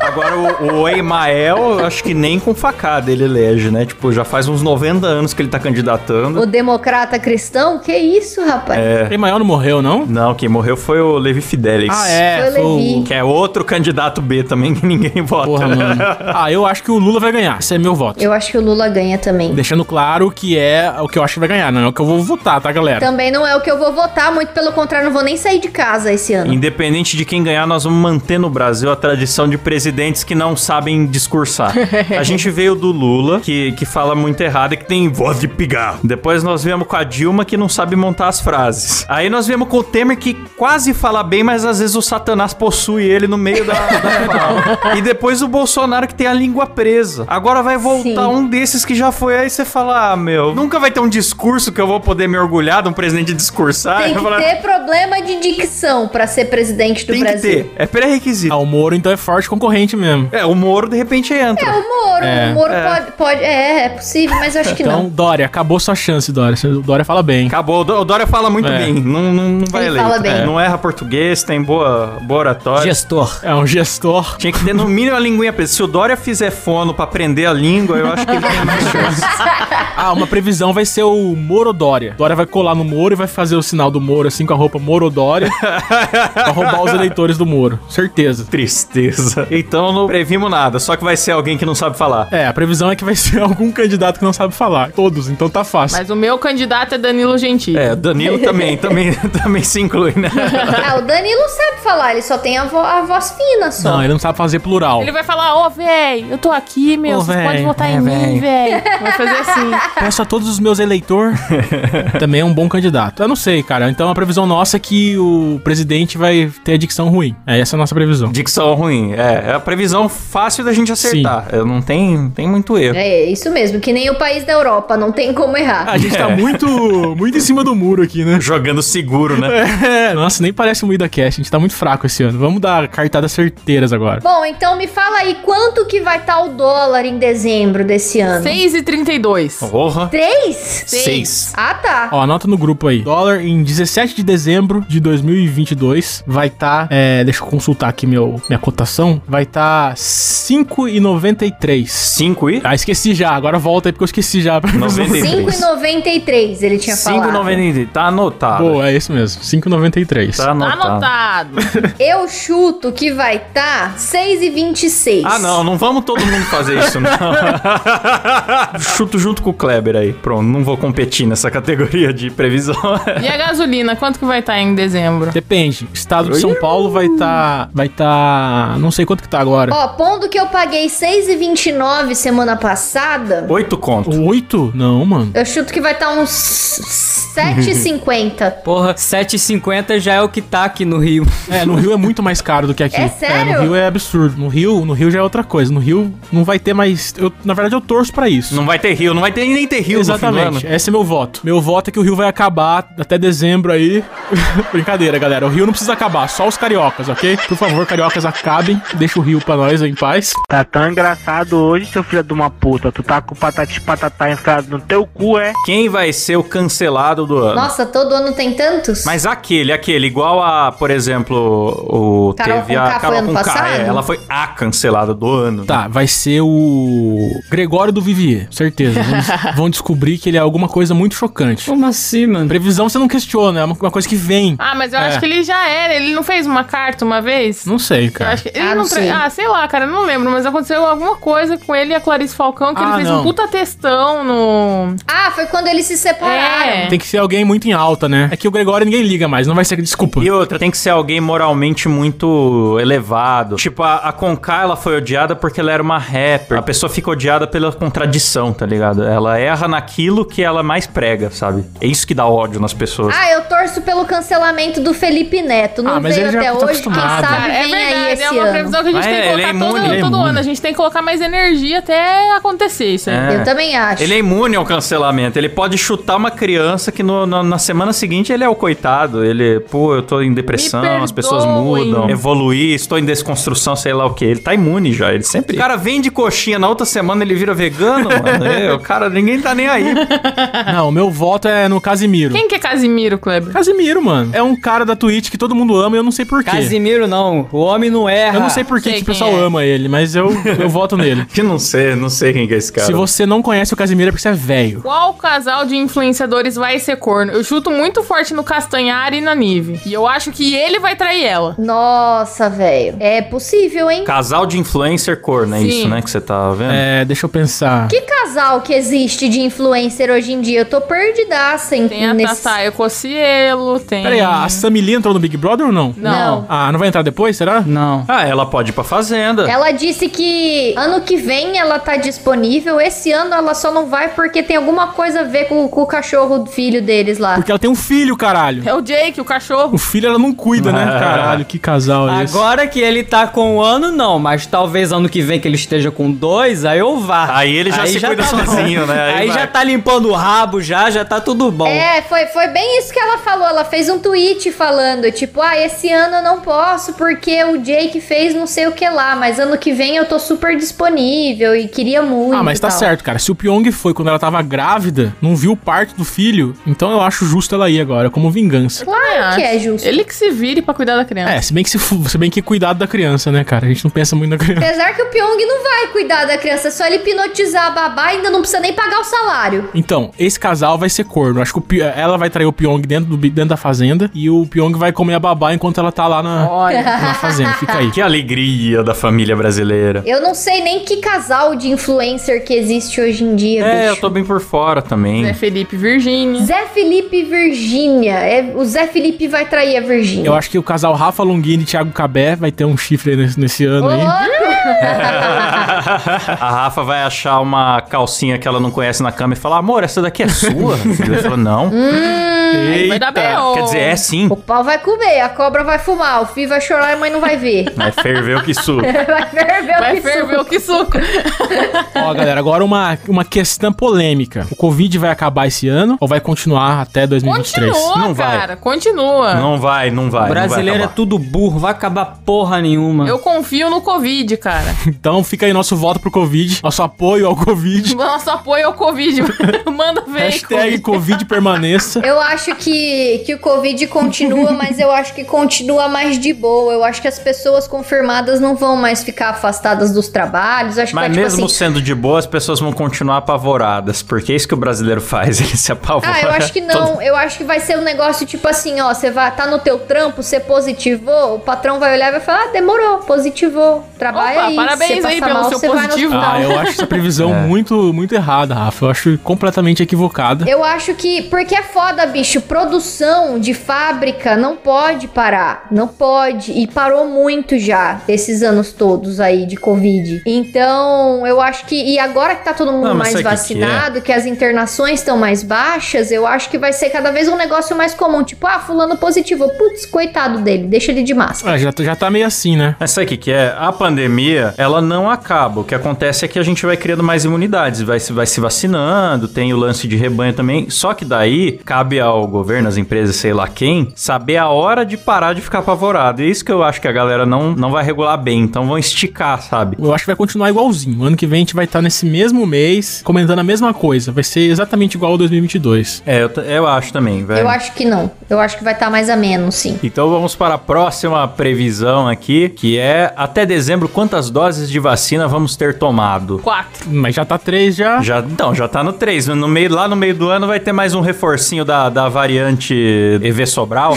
Speaker 1: Agora, o, o Emael, acho que nem com facada ele elege, né? Tipo, já faz uns 90 anos que ele tá candidatando.
Speaker 4: O democrata cristão? Que isso, rapaz?
Speaker 2: O Emael não morreu, não?
Speaker 1: Não, quem morreu foi o Levi Fidelis.
Speaker 2: Ah, é.
Speaker 4: Foi o Levi.
Speaker 1: Que é outro candidato B também que ninguém vota.
Speaker 2: Porra, mano. Ah, eu acho que o Lula vai ganhar. Esse é meu voto.
Speaker 4: Eu acho que o Lula ganha também.
Speaker 2: Deixando claro que é o que eu acho que vai ganhar, não é o que eu vou votar, tá, galera?
Speaker 4: Também não é o que eu vou votar, muito pelo contrário, não vou nem sair de casa esse ano.
Speaker 1: Então, Independente de quem ganhar, nós vamos manter no Brasil a tradição de presidentes que não sabem discursar. A gente veio do Lula, que, que fala muito errado e que tem voz de pigarro. Depois nós viemos com a Dilma, que não sabe montar as frases. Aí nós viemos com o Temer, que quase fala bem, mas às vezes o Satanás possui ele no meio da, da fala. E depois o Bolsonaro, que tem a língua presa. Agora vai voltar
Speaker 4: Sim.
Speaker 1: um desses que já foi. Aí você fala, ah, meu, nunca vai ter um discurso que eu vou poder me orgulhar de um presidente discursar.
Speaker 4: Tem
Speaker 1: Eu
Speaker 4: que
Speaker 1: falo,
Speaker 4: ter problema de dicção pra ser presidente do
Speaker 1: tem que
Speaker 4: Brasil.
Speaker 1: ter. É pré-requisito.
Speaker 2: Ah, o Moro, então, é forte concorrente mesmo.
Speaker 1: É, o Moro de repente entra.
Speaker 4: É o Moro, o Moro pode, pode. É, é possível, mas eu acho que
Speaker 2: Então,
Speaker 4: não.
Speaker 2: Dória, acabou sua chance, Dória. O Dória fala bem.
Speaker 1: Acabou, o Dó- o Dória fala muito
Speaker 2: É.
Speaker 1: bem, não, não, não vai
Speaker 4: Ele
Speaker 1: eleito.
Speaker 4: fala bem.
Speaker 1: É, Não erra português, tem boa, boa oratória.
Speaker 5: Gestor.
Speaker 2: É um gestor.
Speaker 1: Tinha que ter no mínimo a linguinha presa. Se o Dória fizer fono pra aprender a língua, eu acho que ele tem mais chance.
Speaker 2: Ah, uma previsão vai ser o Moro Dória. Dória vai colar no Moro e vai fazer o sinal do Moro, assim, com a roupa Moro Dória, pra roubar os eleitores do Moro. Certeza.
Speaker 1: Tristeza. Então não previmos nada, só que vai ser alguém que não sabe falar.
Speaker 2: É, a previsão é que vai ser algum candidato que não sabe falar. Todos, então tá fácil.
Speaker 3: Mas o meu candidato é Danilo Gentili.
Speaker 1: É, Danilo também, também, também se inclui, né?
Speaker 4: Ah, o Danilo sabe falar, ele só tem a, vo- a voz fina só.
Speaker 2: Não, ele não sabe fazer plural.
Speaker 3: Ele vai falar, ô, véi, eu tô aqui, meu,
Speaker 2: Ô,
Speaker 3: vocês
Speaker 2: véi,
Speaker 3: podem votar
Speaker 2: é,
Speaker 3: em
Speaker 2: véi."
Speaker 3: mim, véi. Vai fazer assim.
Speaker 2: Peço a todos os meus eleitores. Também é um bom candidato. Eu não sei, cara. Então a previsão nossa é que o presidente vai ter a dicção ruim. É essa é a nossa previsão.
Speaker 1: Dicção ruim. É, é a previsão fácil da gente acertar. É, não tem, não tem muito erro.
Speaker 4: É isso mesmo, que nem o país da Europa, não tem como errar.
Speaker 2: A gente
Speaker 1: É.
Speaker 2: tá muito, muito em cima do muro aqui, né?
Speaker 1: Jogando seguro, né?
Speaker 2: É, nossa, nem parece um Ida Cast. A gente tá muito fraco esse ano. Vamos dar cartadas certeiras agora.
Speaker 4: Bom, então me fala aí quanto que vai estar o dólar em dezembro desse ano?
Speaker 3: 6 e 32.
Speaker 1: Porra.
Speaker 4: Três?
Speaker 1: Seis.
Speaker 4: Ah, tá.
Speaker 2: Ó, anota no grupo aí. Dólar em 17 de dezembro de 2022 vai estar. deixa eu consultar aqui meu, minha cotação. Vai estar tá 5,93.
Speaker 1: Cinco e?
Speaker 2: Ah, esqueci já. Agora volta aí porque eu esqueci já.
Speaker 1: Noventa e três.
Speaker 4: 5,93 ele tinha falado.
Speaker 1: 5,93. Tá anotado.
Speaker 2: Boa, é isso mesmo. 5,93.
Speaker 1: Tá
Speaker 3: Tá
Speaker 1: anotado.
Speaker 3: anotado.
Speaker 4: Eu chuto que vai estar tá 6,26.
Speaker 1: Ah, não, não vamos todo mundo fazer isso, não. Chuto junto com o Kleber aí. Pronto, não vou competir nessa categoria de previsão.
Speaker 3: E a gasolina, quanto que vai estar em dezembro?
Speaker 2: Depende. Estado de São Paulo vai estar. vai estar. não sei quanto que tá agora.
Speaker 4: Ó, pondo que eu paguei 6,29 semana passada,
Speaker 1: Oito conto.
Speaker 2: 8? Não, mano.
Speaker 4: eu chuto que vai estar tá uns
Speaker 1: Tá.
Speaker 4: 7,50.
Speaker 5: Porra, 7,50 já é o que tá aqui no Rio.
Speaker 2: É, no Rio é muito mais caro do que aqui.
Speaker 4: É sério?
Speaker 2: no Rio é absurdo. No Rio, no Rio já é outra coisa. No Rio não vai ter mais. Eu, na verdade, eu torço pra isso.
Speaker 1: Não vai ter rio, não vai ter nem ter rio no fim
Speaker 2: Exatamente.
Speaker 1: do ano.
Speaker 2: Esse é meu voto. Meu voto é que o Rio vai acabar até dezembro aí. Brincadeira, galera. O Rio não precisa acabar, só os cariocas, ok? Por favor, cariocas, acabem. Deixa o Rio fio pra nós em paz.
Speaker 7: Tá tão engraçado hoje, seu filho de uma puta. Tu tá com patati patatá enfiado no teu cu, é?
Speaker 1: Quem vai ser o cancelado do ano?
Speaker 4: Nossa, todo ano tem tantos?
Speaker 1: Mas aquele, aquele, igual a, por exemplo, o
Speaker 4: Carol
Speaker 1: teve
Speaker 4: Conká
Speaker 1: a
Speaker 4: foi
Speaker 1: Carol
Speaker 4: ano
Speaker 1: Conká,
Speaker 4: passado?
Speaker 1: é, ela foi a cancelada do ano.
Speaker 2: Tá, vai ser o Gregório do Vivier, certeza. Vão, des- vão descobrir que ele é alguma coisa muito chocante.
Speaker 5: Como assim, mano?
Speaker 2: Previsão você não questiona, é uma, uma coisa que vem.
Speaker 3: Ah, mas eu
Speaker 2: É.
Speaker 3: acho que ele já era. Ele não fez uma carta uma vez?
Speaker 2: Não sei,
Speaker 3: Eu
Speaker 2: cara.
Speaker 3: acho que ele
Speaker 4: Ah,
Speaker 3: não
Speaker 4: não
Speaker 3: tra-
Speaker 4: sei.
Speaker 3: Ah, sei lá, cara, eu não lembro, mas aconteceu alguma coisa com ele e a Clarice Falcão que
Speaker 2: Ah,
Speaker 3: ele fez
Speaker 2: não.
Speaker 3: um puta textão no.
Speaker 4: Ah, foi quando eles se separaram.
Speaker 3: É.
Speaker 2: Tem que ser alguém muito em alta, né? É que o Gregório ninguém liga mais, não vai ser desculpa.
Speaker 1: E outra, tem que ser alguém moralmente muito elevado. Tipo, a, a Conká, ela foi odiada porque ela era uma rapper. A pessoa fica odiada pela contradição, tá ligado? Ela erra naquilo que ela mais prega, sabe? É isso que dá ódio nas pessoas.
Speaker 4: Ah, eu torço pelo cancelamento do Felipe Neto. Não
Speaker 2: Ah, mas
Speaker 4: veio
Speaker 2: ele já
Speaker 4: até
Speaker 2: tá
Speaker 4: hoje, quem
Speaker 2: acostumado.
Speaker 4: sabe Ah,
Speaker 3: é
Speaker 4: vem aí
Speaker 3: verdade,
Speaker 4: esse
Speaker 3: é uma
Speaker 4: ano.
Speaker 3: previsão que a gente
Speaker 1: Mas
Speaker 3: tem que
Speaker 1: é, ele
Speaker 3: colocar
Speaker 1: é imune,
Speaker 3: todo,
Speaker 1: ele é
Speaker 3: todo
Speaker 2: imune.
Speaker 3: ano. A gente tem que colocar mais energia até acontecer isso aí.
Speaker 1: É.
Speaker 4: Eu também acho.
Speaker 1: Ele é imune ao cancelamento. Ele pode chutar uma criança que no- na- na semana seguinte ele é o coitado. Ele, pô, eu tô em depressão,
Speaker 3: Me
Speaker 1: as pessoas
Speaker 3: perdoem.
Speaker 1: mudam, evoluí, estou em desconstrução, sei lá o que. Ele tá imune já. Ele sempre. O cara vende coxinha, na outra semana ele vira vegano, mano. É, o cara, ninguém tá nem aí.
Speaker 2: Não, o meu voto é no Casimiro.
Speaker 3: Quem que é Casimiro, Kleber?
Speaker 2: Casimiro, mano. É um cara da Twitch que todo mundo ama e eu não sei porquê.
Speaker 5: Casimiro não, o homem não erra.
Speaker 2: Eu não sei por que
Speaker 3: sei
Speaker 2: que o
Speaker 3: quem
Speaker 2: pessoal
Speaker 3: é.
Speaker 2: ama ele, mas eu, eu voto nele.
Speaker 1: Que não sei, não sei quem que é esse cara.
Speaker 2: Se você não conhece o Casimiro é porque você é velho.
Speaker 3: Qual casal de influenciadores vai ser corno? Eu chuto muito forte no Castanhari e na Nive. E eu acho que ele vai trair ela.
Speaker 4: Nossa, velho. É possível, hein?
Speaker 1: Casal de influencer corno, é
Speaker 3: Sim.
Speaker 1: isso, né? Que você tá vendo?
Speaker 2: É, deixa eu pensar.
Speaker 4: Que casal que existe de influencer hoje em dia? Eu tô perdidaça em
Speaker 3: Tem a
Speaker 4: nesse...
Speaker 3: Tataya Cocielo, tem.
Speaker 2: Peraí, a a Sammy Lee entrou no Big Brother ou não?
Speaker 3: Não.
Speaker 2: Ah, não vai entrar depois, será?
Speaker 5: Não.
Speaker 1: Ah, ela pode ir pra fazenda.
Speaker 4: Ela disse que ano que vem ela tá disponível. Esse ano ela só não vai porque tem alguma coisa a ver com, com o cachorro do filho deles lá.
Speaker 2: Porque ela tem um filho, caralho.
Speaker 3: É o Jake, o cachorro.
Speaker 2: O filho ela não cuida, né? Caralho, que casal é esse?
Speaker 5: Agora que ele tá com um ano, não, mas talvez ano que vem que ele esteja com dois, aí eu vá.
Speaker 1: Aí ele já se cuida
Speaker 5: tá bom.
Speaker 1: sozinho, né? Aí
Speaker 5: Aí,
Speaker 1: vai.
Speaker 5: já tá limpando o rabo, já, já tá tudo bom.
Speaker 4: É, foi, foi bem isso que ela falou. Ela fez um tweet falando, tipo, ah, esse ano eu não posso porque o Jake fez não sei o que lá, mas ano que vem eu tô super disponível e queria muito.
Speaker 2: Ah, mas
Speaker 4: e
Speaker 2: tá
Speaker 4: tal."
Speaker 2: certo, cara. Se o Pyong foi quando ela tava grávida, não viu o parto do filho, então eu acho justo ela ir agora, como vingança.
Speaker 4: Claro que é justo.
Speaker 3: Ele que se vire pra cuidar da criança.
Speaker 2: É, se bem que se, fu- se bem que cuidado da criança, né, cara? A gente não pensa muito na criança.
Speaker 4: Apesar que o Pyong não vai cuidar da criança, é só ele hipnotizar a babá ainda não precisa nem pagar o salário.
Speaker 2: Então, esse casal vai ser corno. Acho que o Pi- ela vai trair o Pyong dentro, do, bi- dentro da fazenda e o Pyong vai comer a babá enquanto ela tá lá
Speaker 1: É.
Speaker 2: na,
Speaker 3: Olha.
Speaker 2: na fazenda. Fica aí.
Speaker 1: Que alegria da família brasileira.
Speaker 4: Eu não sei nem que casal de influencer que existe hoje em dia,
Speaker 1: É,
Speaker 4: bicho.
Speaker 1: eu tô bem por fora também.
Speaker 3: Zé Felipe Virgínia.
Speaker 4: Zé Felipe e Virgínia. É, o Zé Felipe vai trair a Virgínia.
Speaker 2: Eu acho que o casal Rafa Longini e Thiago Cabé vai ter um chifre aí nesse, nesse ano
Speaker 4: Ô,
Speaker 2: aí.
Speaker 4: louco!
Speaker 1: A Rafa vai achar uma calcinha que ela não conhece na cama e falar: Amor, essa daqui é sua? Ele falou: Não.
Speaker 3: Vai dar B.O.
Speaker 1: Quer dizer, é sim.
Speaker 4: o pau vai comer, a cobra vai fumar, o filho vai chorar e a mãe não vai ver.
Speaker 1: Mas ferveu que isso.
Speaker 4: Vai ferver o
Speaker 3: Vai
Speaker 4: que
Speaker 3: ferver o que suco.
Speaker 2: Ó, galera, agora uma, uma questão polêmica. O Covid vai acabar esse ano ou vai continuar até 2023?
Speaker 3: Continua,
Speaker 1: Não vai.
Speaker 3: cara. Continua.
Speaker 1: Não vai, não vai. não vai
Speaker 5: Brasileiro é
Speaker 1: acabar.
Speaker 5: tudo burro, vai acabar porra nenhuma.
Speaker 3: Eu confio no Covid, cara.
Speaker 2: Então fica aí nosso voto pro Covid, nosso apoio ao Covid.
Speaker 3: Nosso apoio ao Covid. Manda ver.
Speaker 2: Hashtag Covid permaneça.
Speaker 4: Eu acho que, que o Covid continua, mas eu acho que continua mais de boa. Eu acho que as pessoas confirmadas não vão mais ficar afastadas dos trabalhos. Acho que vai,
Speaker 1: Mas
Speaker 4: tipo
Speaker 1: mesmo
Speaker 4: assim.
Speaker 1: sendo de boa, as pessoas vão continuar apavoradas. Porque é isso que o brasileiro faz, ele se apavora.
Speaker 4: Ah, eu acho que
Speaker 1: Todo-
Speaker 4: não. Eu acho que vai ser um negócio tipo assim, ó, você vai tá no teu trampo, você positivou, o patrão vai olhar e vai falar, ah, demorou, positivou, trabalha
Speaker 3: Opa,
Speaker 4: aí.
Speaker 3: parabéns
Speaker 4: você passa
Speaker 3: aí pelo
Speaker 4: mal,
Speaker 3: seu
Speaker 4: você vai no
Speaker 3: positivo.
Speaker 4: hospital.
Speaker 2: Ah, eu acho essa previsão muito, muito errada, Rafa. Eu acho completamente equivocada.
Speaker 4: Eu acho que. Porque é foda, bicho. Produção de fábrica não pode parar. Não pode. E parou muito já esses anos todos aí de Covid. Então, eu acho que. E agora que tá todo mundo
Speaker 1: Não, mas
Speaker 4: mais
Speaker 1: sabe o que que é?
Speaker 4: vacinado, que, as internações estão mais baixas, eu acho que vai ser cada vez um negócio mais comum. Tipo, ah, fulano positivo. Putz, coitado dele, deixa ele de máscara.
Speaker 2: Ah, já, tá- já tá meio assim, né?
Speaker 1: Mas sabe o que, que é? A pandemia pandemia, ela não acaba. O que acontece é que a gente vai criando mais imunidades, vai, se- vai se vacinando, tem o lance de rebanho também. Só que daí cabe ao governo, às empresas, sei lá quem, saber a hora de parar de ficar apavorado. E é isso que eu acho que a galera não, não vai regular bem. Então vão esticar, sabe?
Speaker 2: Eu acho que vai continuar igualzinho. Ano que vem a gente vai estar nesse mesmo mês comentando a mesma coisa. Vai ser exatamente igual ao 2022.
Speaker 1: É, eu, t- eu acho também, velho.
Speaker 4: Eu acho que não. Eu acho que vai estar mais ameno, sim.
Speaker 1: Então vamos para a próxima previsão aqui, que é até dezembro quantas doses de vacina vamos ter tomado?
Speaker 3: Quatro.
Speaker 2: Mas já tá três já.
Speaker 1: Já, não, já tá no 3. No meio, lá no meio do ano vai ter mais um reforcinho da, da variante EV Sobral.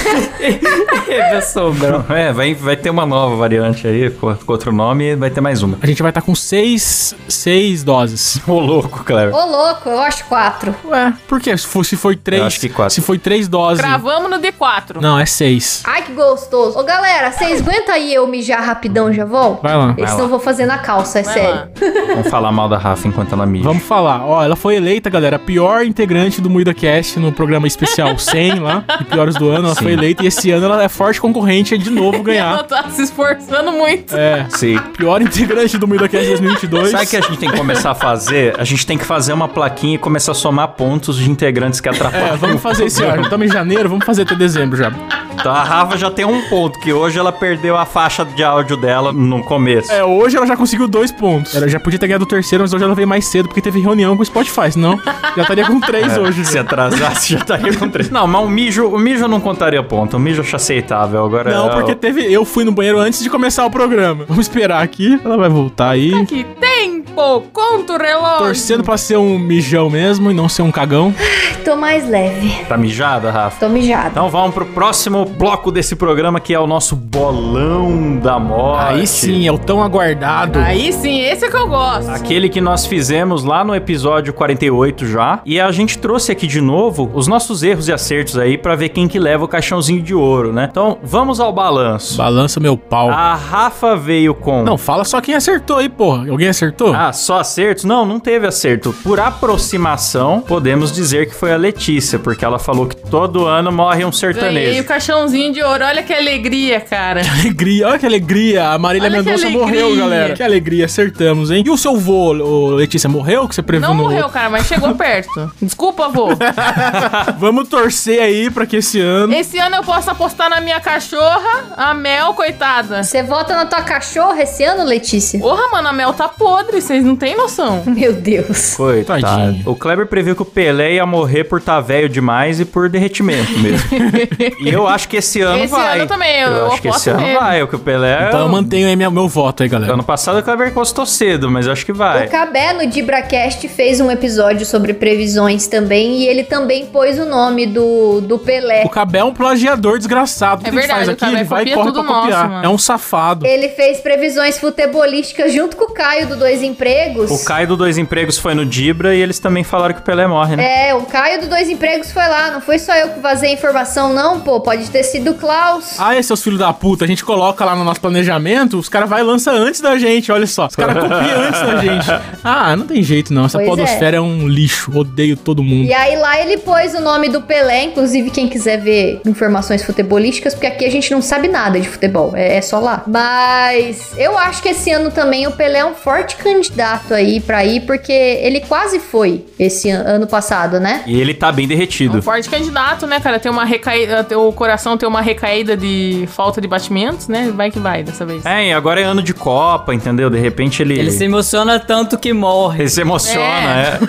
Speaker 5: Sobrou.
Speaker 1: é, vai, vai ter uma nova variante aí, com com outro nome, vai ter mais uma.
Speaker 2: A gente vai estar com seis, seis doses.
Speaker 1: Ô louco, Cleber.
Speaker 4: Ô, louco, eu acho quatro.
Speaker 2: Ué, por quê? Se for, se foi três.
Speaker 1: Eu acho que quatro.
Speaker 2: Se foi três doses.
Speaker 3: Cravamos no D4.
Speaker 2: Não, é seis.
Speaker 4: Ai, que gostoso. Ô, galera, vocês aguentam aí eu mijar rapidão, já volto?
Speaker 2: Vai lá.
Speaker 4: Esse
Speaker 1: vai
Speaker 4: não
Speaker 1: lá.
Speaker 4: vou fazer na calça, é
Speaker 3: Vai
Speaker 4: sério.
Speaker 3: lá.
Speaker 1: Vamos falar mal da Rafa enquanto ela mija.
Speaker 2: Vamos falar. Ó, ela foi eleita, galera, a pior integrante do Moída Cast no programa especial 100 lá, de piores do ano. Ela
Speaker 1: Sim.
Speaker 2: foi eleita e esse ano ela é forte concorrente de novo
Speaker 3: Ela
Speaker 2: ganhar.
Speaker 3: tá se esforçando muito.
Speaker 2: É,
Speaker 1: Sim.
Speaker 2: pior integrante do Moída Cast 2022.
Speaker 1: Sabe o que a gente tem que começar a fazer? A gente tem que fazer uma plaquinha e começar a somar pontos de integrantes que
Speaker 2: É,
Speaker 1: atrapalham.
Speaker 2: vamos fazer esse ano. Estamos em janeiro, vamos fazer até dezembro já.
Speaker 1: Então a Rafa já tem um ponto, que hoje ela perdeu a faixa de áudio dela no começo.
Speaker 2: É, hoje ela já conseguiu dois pontos. Ela já podia ter ganhado o terceiro, mas hoje ela veio mais cedo porque teve reunião com o Spotify, senão já estaria com três hoje.
Speaker 1: É, Se
Speaker 2: já.
Speaker 1: atrasasse, já estaria com três. Não, mas o mijo, o mijo não contaria ponto. O mijo eu acho aceitável. Agora
Speaker 2: Não,
Speaker 1: é-
Speaker 2: porque teve. Eu fui no banheiro antes de começar o programa. Vamos esperar aqui. Ela vai voltar aí.
Speaker 3: Que tempo! Conta o relógio!
Speaker 2: Torcendo pra ser um mijão mesmo e não ser um cagão.
Speaker 4: Tô mais leve.
Speaker 1: Tá mijada, Rafa?
Speaker 4: Tô mijada.
Speaker 1: Então vamos pro próximo bloco desse programa, que é o nosso bolão da morte.
Speaker 2: Aí sim, é o tão aguardado.
Speaker 3: Aí sim, esse é que eu gosto.
Speaker 1: Aquele que nós fizemos lá no episódio 48 já. E a gente trouxe aqui de novo os nossos erros e acertos aí pra ver quem que leva o caixãozinho de ouro, né? Então, vamos ao balanço.
Speaker 2: Balança meu pau.
Speaker 3: Ah.
Speaker 1: A Rafa veio com...
Speaker 2: Não, fala só quem acertou aí, porra. Alguém acertou?
Speaker 1: Ah, só acertos? Não, não teve acerto. Por aproximação, podemos dizer que foi a Letícia, porque ela falou que todo ano morre um
Speaker 3: Ganhei o
Speaker 1: sertanejo.
Speaker 3: caixãozinho de ouro. Olha que alegria, cara.
Speaker 2: Alegria, olha que alegria. A Marília
Speaker 3: Olha que
Speaker 2: Mendonça
Speaker 3: alegria.
Speaker 2: morreu, galera. Que alegria, acertamos, hein? E o seu vô, ô, Letícia, morreu? Que você previu
Speaker 3: Não
Speaker 2: um no
Speaker 3: morreu, cara, mas chegou perto. Desculpa, vô.
Speaker 2: Vamos torcer aí pra que esse ano.
Speaker 3: Esse ano eu posso apostar na minha cachorra, a Mel, coitada.
Speaker 4: Você vota na tua cachorra esse ano, Letícia?
Speaker 3: Porra, mano, a Mel tá podre, vocês não têm noção.
Speaker 4: Meu Deus.
Speaker 1: Coitado.
Speaker 2: Tadinho.
Speaker 1: O Kleber previu que o Pelé ia morrer por estar velho demais e por derretimento mesmo. e eu acho que esse ano
Speaker 3: Esse
Speaker 1: vai.
Speaker 3: ano também, eu- eu
Speaker 1: acho que esse ano
Speaker 3: aposto nele.
Speaker 1: vai, o que o Pelé... é um-
Speaker 2: Então eu mantenho aí minha- meu voto aí, galera.
Speaker 1: Ano passado o Kleber encostou cedo, mas acho que
Speaker 4: O
Speaker 1: vai.
Speaker 4: Cabé no DibraCast fez um episódio sobre previsões também e ele também pôs o nome do, do Pelé.
Speaker 2: O Cabé é um plagiador desgraçado.
Speaker 3: É
Speaker 2: Tudo que ele
Speaker 3: verdade, o
Speaker 2: faz aqui,
Speaker 3: Cabé
Speaker 2: ele vai e
Speaker 3: copia
Speaker 2: corre pra
Speaker 3: tudo nosso,
Speaker 2: copiar.
Speaker 3: mano.
Speaker 2: é um safado.
Speaker 4: Ele fez previsões futebolísticas junto com o Caio do Dois Empregos.
Speaker 1: O Caio do Dois Empregos foi no Dibra e eles também falaram que o Pelé morre, né?
Speaker 4: É, o Caio do Dois Empregos foi lá. Não foi só eu que vazei a informação, não, pô. Pode ter sido o Klaus.
Speaker 2: Ah, esses seus filhos da puta, a gente coloca lá no nosso planejamento, os caras vai e lança antes da gente, olha só. Os caras copiam antes da gente. Ah, não tem jeito não, essa
Speaker 4: Pois é.
Speaker 2: podosfera é. um lixo, odeio todo mundo.
Speaker 4: E aí lá ele pôs o nome do Pelé, inclusive quem quiser ver informações futebolísticas, porque aqui a gente não sabe nada de futebol, é, é só lá. Mas eu acho que esse ano também o Pelé é um forte candidato aí pra ir, porque ele quase foi esse an- ano passado, né?
Speaker 3: É.
Speaker 1: E ele tá bem derretido.
Speaker 3: Um forte candidato, né, cara? Tem uma recaída. tem- O coração tem uma recaída de falta de batimentos, né? Vai que vai dessa vez.
Speaker 1: É, e agora é ano de Copa, entendeu? De repente ele.
Speaker 5: Ele se emociona tanto que morre.
Speaker 1: Ele se emociona, é.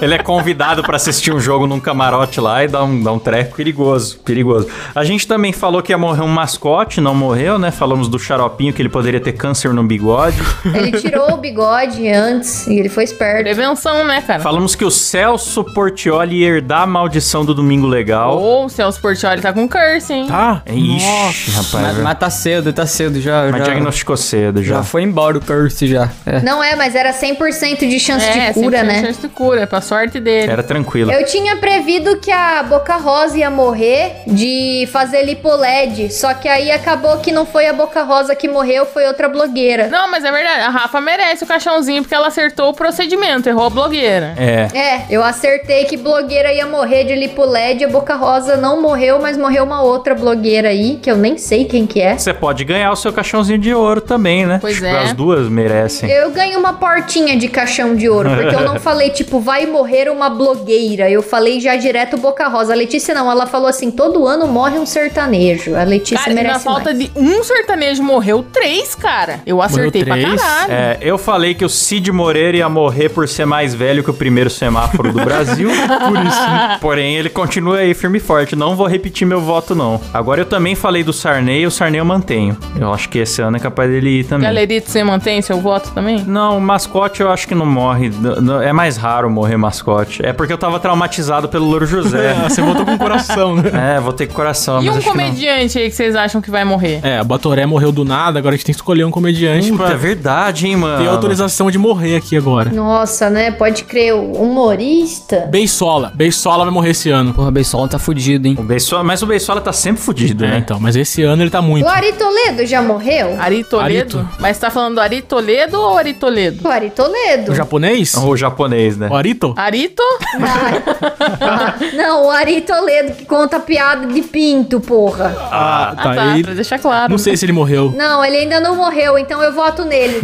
Speaker 1: ele é convidado pra assistir um jogo num camarote lá e dá um, dá um treco perigoso, perigoso. A gente também falou que ia morrer um mascote, não morreu, né? Falamos do xaropinho que ele poderia ter câncer no bigode.
Speaker 4: Ele tirou o bigode antes e ele foi esperto.
Speaker 3: Prevenção, né, cara?
Speaker 1: Falamos que o Celso Portioli ia herdar a maldição do Domingo Legal. É
Speaker 3: Ou o Celso Portioli tá com curse, hein?
Speaker 2: Tá?
Speaker 1: Ixi, rapaz.
Speaker 5: Mas,
Speaker 1: Mas,
Speaker 5: mas tá cedo, tá cedo já. já,
Speaker 1: diagnosticou cedo já.
Speaker 5: já foi embora o curse já. É.
Speaker 4: Não é, mas era 100% de chance
Speaker 3: É,
Speaker 4: de cura,
Speaker 3: sempre tem
Speaker 4: né?
Speaker 3: chance de cura, pra sorte dele.
Speaker 1: Era tranquilo.
Speaker 4: Eu tinha prevido que a Boca Rosa ia morrer de fazer lipoled, só que aí acabou que não foi a Boca Rosa que morreu, foi outra blogueira.
Speaker 3: Não, mas é verdade, a Rafa merece o caixãozinho porque ela acertou o procedimento, errou a blogueira.
Speaker 1: É.
Speaker 4: É, eu acertei que blogueira ia morrer de lipo LED, a Boca Rosa não morreu, mas morreu uma outra blogueira aí, que eu nem sei quem que é.
Speaker 1: Você pode ganhar o seu caixãozinho de ouro também, né?
Speaker 3: Pois
Speaker 1: Acho
Speaker 3: é.
Speaker 1: que As duas merecem.
Speaker 4: Eu ganhei uma portinha de caixão de ouro, porque eu não falei, tipo, vai morrer uma blogueira. Eu falei já direto Boca Rosa. A Letícia não, ela falou assim: todo ano morre um sertanejo. A Letícia
Speaker 3: Cara, e
Speaker 4: merece.
Speaker 3: na falta
Speaker 4: mais.
Speaker 3: de um sertanejo morreu três, cara. Eu acertei pra
Speaker 2: três?
Speaker 3: caralho.
Speaker 1: É, eu falei que o Cid Moreira ia morrer por ser mais velho que o primeiro semáforo do Brasil. por isso. Porém, ele continua aí firme e forte. Não vou repetir meu voto, não. Agora eu também falei do Sarney, o Sarney eu mantenho. Eu acho que esse ano é capaz dele ir também.
Speaker 3: Galerito, você mantém seu voto também?
Speaker 1: Não, mascote eu acho que não morre. N- n- É mais raro morrer mascote. É porque eu tava traumatizado pelo Louro José.
Speaker 2: Ah, Você voltou com o coração, né?
Speaker 1: é, vou ter coração,
Speaker 3: E
Speaker 1: mas
Speaker 3: um
Speaker 1: acho que não.
Speaker 3: comediante aí que vocês acham que vai morrer?
Speaker 2: É, a Batoré morreu do nada, agora a gente tem que escolher um comediante
Speaker 1: Puta, é
Speaker 2: pra
Speaker 1: verdade, hein, mano.
Speaker 2: ter autorização de morrer aqui agora.
Speaker 4: Nossa, né? Pode crer, o humorista.
Speaker 2: Beisola. Beisola vai morrer esse ano.
Speaker 5: Porra, Beisola tá fudido, hein?
Speaker 1: O Beisola, mas o Beisola tá sempre fudido,
Speaker 2: É,
Speaker 1: né?
Speaker 2: então, mas esse ano ele tá muito.
Speaker 4: O Ari Toledo já morreu?
Speaker 3: Ari Toledo?
Speaker 2: Arito.
Speaker 3: Mas tá falando Ari Toledo ou Ari Toledo?
Speaker 4: O Ari Toledo.
Speaker 2: O japonês?
Speaker 1: O japonês, né?
Speaker 2: O Arito?
Speaker 3: Arito?
Speaker 4: Ah, Não, o Ari Toledo que conta piada de pinto, porra.
Speaker 2: Ah,
Speaker 3: Ah, tá,
Speaker 2: ele-
Speaker 3: pra deixar claro.
Speaker 2: Não sei se ele morreu.
Speaker 4: Não, ele ainda não morreu, então eu voto nele.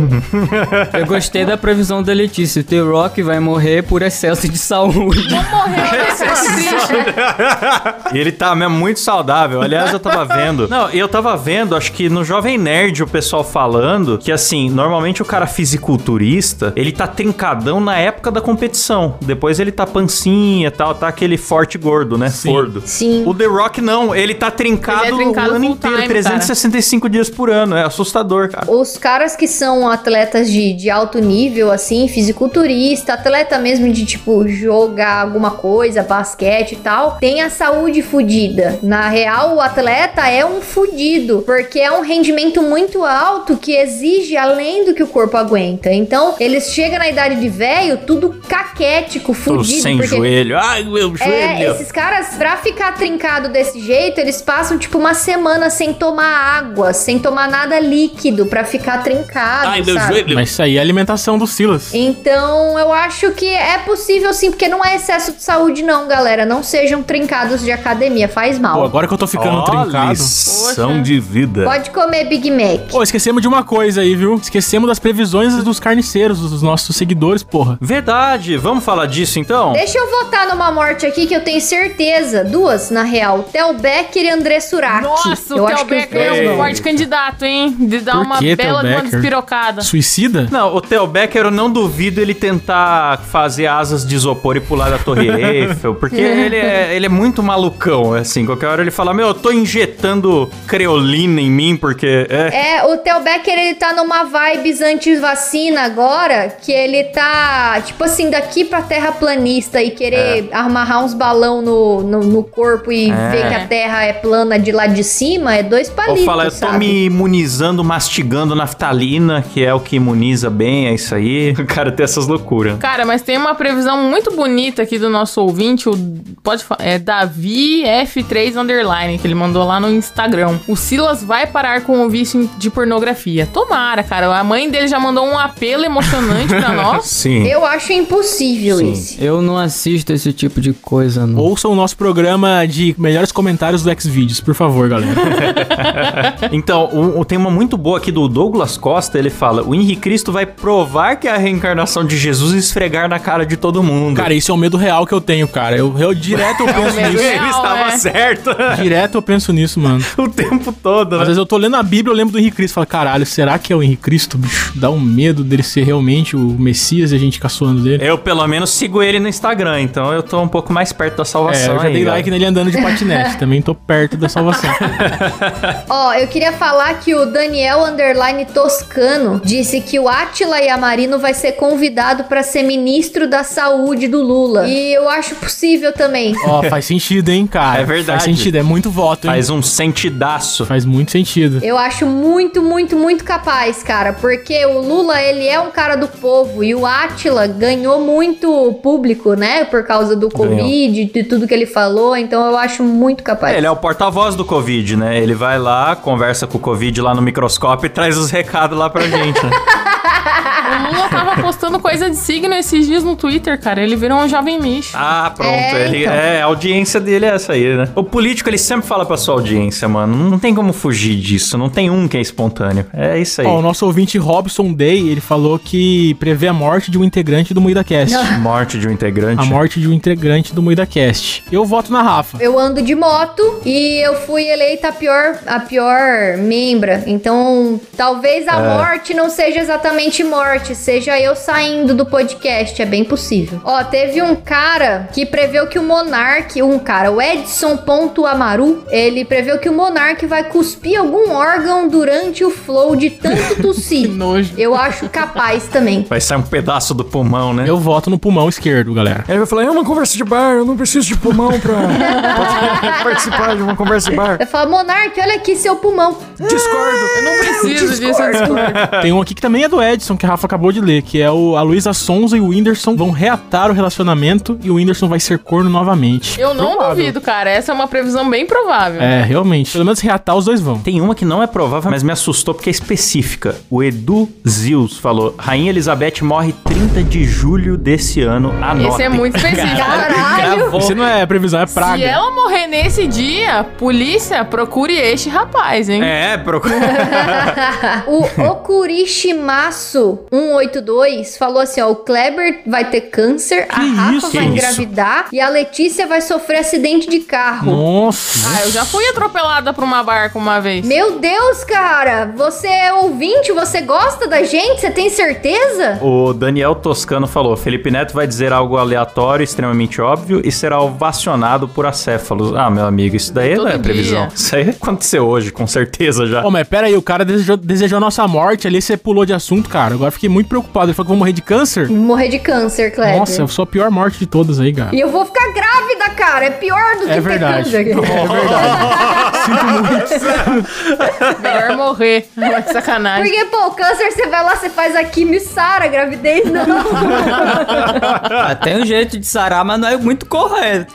Speaker 5: Eu gostei da previsão da Letícia. O The Rock vai morrer por excesso de saúde.
Speaker 3: Morreu, esse é triste.
Speaker 1: E ele tá mesmo muito saudável. Aliás, eu tava vendo. Não, eu tava vendo, acho que no Jovem Nerd o pessoal falando que assim, normalmente o cara fisiculturista, ele tá trincadão na época da competição. Depois ele tá pancinha e tal, tá aquele forte gordo, né? Gordo.
Speaker 4: Sim.
Speaker 1: O The Rock não, ele tá trincado,
Speaker 3: Ele é trincado
Speaker 1: o ano
Speaker 3: full
Speaker 1: inteiro,
Speaker 3: time,
Speaker 1: 365 dias por ano. É assustador, cara.
Speaker 4: Os caras que são atletas de, de alto nível, assim, fisiculturista, atleta mesmo de, tipo, jogar alguma coisa, basquete e tal, tem a saúde fudida. Na real, o atleta é um fudido, porque é um rendimento muito alto que exige além do que o corpo aguenta. Então, eles chegam na idade de velho, tudo caquético,
Speaker 1: Tô
Speaker 4: fudido.
Speaker 1: sem
Speaker 4: porque
Speaker 1: joelho. Ai, meu joelho.
Speaker 4: é, esses caras, pra ficar trincado desse jeito, eles passam tipo uma semana sem tomar água, sem tomar nada líquido pra ficar trincado. sabe?
Speaker 2: Mas isso aí é a alimentação do Silas.
Speaker 4: Então, eu acho que é possível sim, porque não é excesso de saúde, não, galera. Não sejam trincados de academia, faz
Speaker 2: Pô,
Speaker 4: mal.
Speaker 2: agora que eu tô ficando
Speaker 1: Ó,
Speaker 2: trincado.
Speaker 1: lição
Speaker 3: Poxa.
Speaker 1: de vida.
Speaker 4: Pode comer Big Mac.
Speaker 2: Pô, esquecemos de uma coisa aí, viu? Esquecemos das previsões dos carniceiros, dos nossos seguidores, porra.
Speaker 1: Verdade, vamos falar disso então?
Speaker 4: Deixa eu votar numa morte aqui que eu tenho certeza. Duas, na real. Theo Becker e André Surak.
Speaker 3: Nossa,
Speaker 4: eu
Speaker 3: o
Speaker 4: acho
Speaker 3: Theo
Speaker 4: que os
Speaker 3: Becker é
Speaker 1: Ei.
Speaker 3: um forte candidato, hein? De dar
Speaker 2: Por
Speaker 3: uma
Speaker 2: que, Theo
Speaker 3: bela de uma
Speaker 2: Becker?
Speaker 3: despirocada.
Speaker 2: Suicida?
Speaker 1: Não, o Theo Becker, eu não duvido ele tentar fazer asas de isopor e pular da Torre Eiffel, porque ele, é, ele é muito malucão, assim. Qualquer hora ele fala, meu, eu tô injetando creolina em mim, porque... É.
Speaker 4: É, o Theo Becker, ele tá numa vibes anti-vacina agora, que ele tá, tipo assim, daqui pra terraplanista e
Speaker 1: É.
Speaker 4: querer amarrar uns balão no, no, no corpo e ver que a terra é plana de lá de cima, é dois
Speaker 1: Ou
Speaker 4: palitos,
Speaker 1: fala, eu tô
Speaker 4: sabe?
Speaker 1: me imunizando, mastigando naftalina, que é o que imuniza bem, é isso aí. O cara tem essas loucuras.
Speaker 3: Cara, mas tem uma previsão muito bonita aqui do nosso ouvinte, o pode fa- é Davi F3 underline que ele mandou lá no Instagram. O Silas vai parar com o vício de pornografia. Tomara, cara. A mãe dele já mandou um apelo emocionante pra nós.
Speaker 1: Sim.
Speaker 4: Eu acho impossível
Speaker 1: Sim.
Speaker 4: isso.
Speaker 5: Eu não assisto esse tipo de coisa, não.
Speaker 2: Ouçam o nosso programa de melhores comentários do Xvideos, por favor, galera.
Speaker 1: Então, um- um- tem uma muito boa aqui do Douglas Costa, ele fala, o Henrique Cristo vai provar que é a reencarnação de Jesus e esfregar na cara de todo mundo.
Speaker 2: cara, isso é um medo real que eu tenho, cara. Eu, eu direto eu penso
Speaker 3: medo
Speaker 2: nisso.
Speaker 3: real.
Speaker 1: ele estava
Speaker 3: né?
Speaker 1: certo
Speaker 2: Direto eu penso nisso, mano.
Speaker 1: o tempo todo,
Speaker 2: Às
Speaker 1: né?
Speaker 2: vezes eu tô lendo a Bíblia, eu lembro do Henrique Cristo. Falo, caralho, será que é o Henrique Cristo, bicho? Dá um medo dele ser realmente o Messias e a gente caçoando dele.
Speaker 1: Eu, pelo menos, sigo ele no Instagram, então eu tô um pouco mais perto da
Speaker 2: É,
Speaker 1: salvação.
Speaker 2: eu já
Speaker 1: aí,
Speaker 2: dei
Speaker 1: ó.
Speaker 2: like nele andando de patinete. Também tô perto da salvação.
Speaker 4: Ó, eu queria falar que o Daniel Underline Toscano disse que o Atila Yamarino vai ser convidado pra ser ministro da saúde do Lula. E eu acho possível também.
Speaker 2: Ó, faz sentido, hein, cara?
Speaker 1: É verdade.
Speaker 2: Faz sentido, é muito voto, hein?
Speaker 1: Faz É um sentidaço.
Speaker 2: Faz muito sentido.
Speaker 4: Eu acho muito, muito, muito capaz, cara, porque o Lula, ele é um cara do povo e o Átila ganhou muito público, né, por causa do
Speaker 1: Ganhou.
Speaker 4: Covid, de tudo que ele falou, então eu acho muito capaz.
Speaker 1: É, ele é o porta-voz do Covid, né? Ele vai lá, conversa com o Covid lá no microscópio e traz os recados lá pra gente. né?
Speaker 3: O Lula tava postando coisa de signo esses dias no Twitter, cara. Ele virou um jovem micho.
Speaker 1: Ah, pronto.
Speaker 4: É,
Speaker 1: ele-
Speaker 4: então.
Speaker 1: é, a audiência dele é essa aí, né? O político, ele sempre fala pra sua audiência, mano. Não tem como fugir disso. Não tem um que é espontâneo. É isso aí.
Speaker 2: Ó, o nosso ouvinte Robson Day, ele falou que prevê a morte de um integrante do MoídaCast.
Speaker 1: Morte de um integrante.
Speaker 2: A morte de um integrante do MoídaCast. Eu voto na Rafa.
Speaker 4: Eu ando de moto e eu fui eleita a pior, a pior membra. Então, talvez a morte não seja exatamente morte, seja eu saindo do podcast, é bem possível. Ó, teve um cara que preveu que o Monark, um cara, o Edson Ponto Amaru, ele preveu que o Monark vai cuspir algum órgão durante o flow de tanto tossir.
Speaker 3: nojo.
Speaker 4: Eu acho capaz também.
Speaker 1: Vai sair um pedaço do pulmão, né?
Speaker 2: Eu voto no pulmão esquerdo, galera.
Speaker 1: Ele vai falar, é uma conversa de bar, eu não preciso de pulmão pra, pra participar de uma conversa de bar.
Speaker 4: Vai falar, Monark, olha aqui seu pulmão.
Speaker 1: Discordo. Eu não
Speaker 3: Preciso disso.
Speaker 2: Tem um aqui que também é do Edson, que a Rafa acabou de ler, que é o a Luísa Sonza e o Whindersson vão reatar o relacionamento e o Whindersson vai ser corno novamente.
Speaker 3: Eu não
Speaker 2: Provável.
Speaker 3: duvido, cara. Essa é uma previsão bem provável.
Speaker 2: É, realmente. Pelo menos reatar os dois vão.
Speaker 1: Tem uma que não é provável, mas me assustou porque é específica. O Edu Zils falou: Rainha Elizabeth morre 30 de julho desse ano. Anotem.
Speaker 3: Esse é muito específico.
Speaker 4: Caralho!
Speaker 1: Gravou.
Speaker 2: Isso não é previsão, é praga.
Speaker 3: Se ela morrer nesse dia, polícia, procure este rapaz, hein?
Speaker 1: É, procura.
Speaker 4: O Okurishimasu 182 falou assim: ó, o Kleber vai ter câncer, a Rafa
Speaker 2: isso?
Speaker 4: vai
Speaker 1: Que isso?
Speaker 4: engravidar e a Letícia vai sofrer acidente de carro.
Speaker 2: Nossa.
Speaker 3: Ah, eu já fui atropelada por uma barca uma vez.
Speaker 4: Meu Deus, cara! Você é ouvinte, você gosta da gente? Você tem certeza?
Speaker 1: O Daniel Toscano falou: Felipe Neto vai dizer algo aleatório, extremamente óbvio, e será ovacionado por acéfalos. Ah, meu amigo, isso daí não
Speaker 3: Todo
Speaker 1: é
Speaker 3: dia.
Speaker 1: previsão. Isso aí aconteceu hoje, com certeza já.
Speaker 2: Ô, mas pera aí, o cara desejou, desejou a nossa morte ali, você pulou de assunto, cara. Agora eu fiquei muito preocupado. Ele falou que eu vou morrer de câncer?
Speaker 4: Morrer de câncer, Kleber.
Speaker 2: Nossa, eu sou a pior morte de todas aí, cara.
Speaker 4: É, E eu vou ficar grávida, cara. É pior do que
Speaker 2: É verdade.
Speaker 4: ter câncer.
Speaker 3: Melhor morrer. Olha que sacanagem.
Speaker 4: Porque, pô, o câncer você vai lá, você faz a quimio e sara, a gravidez não.
Speaker 5: Ah, tem um jeito de sarar, mas não é muito correto.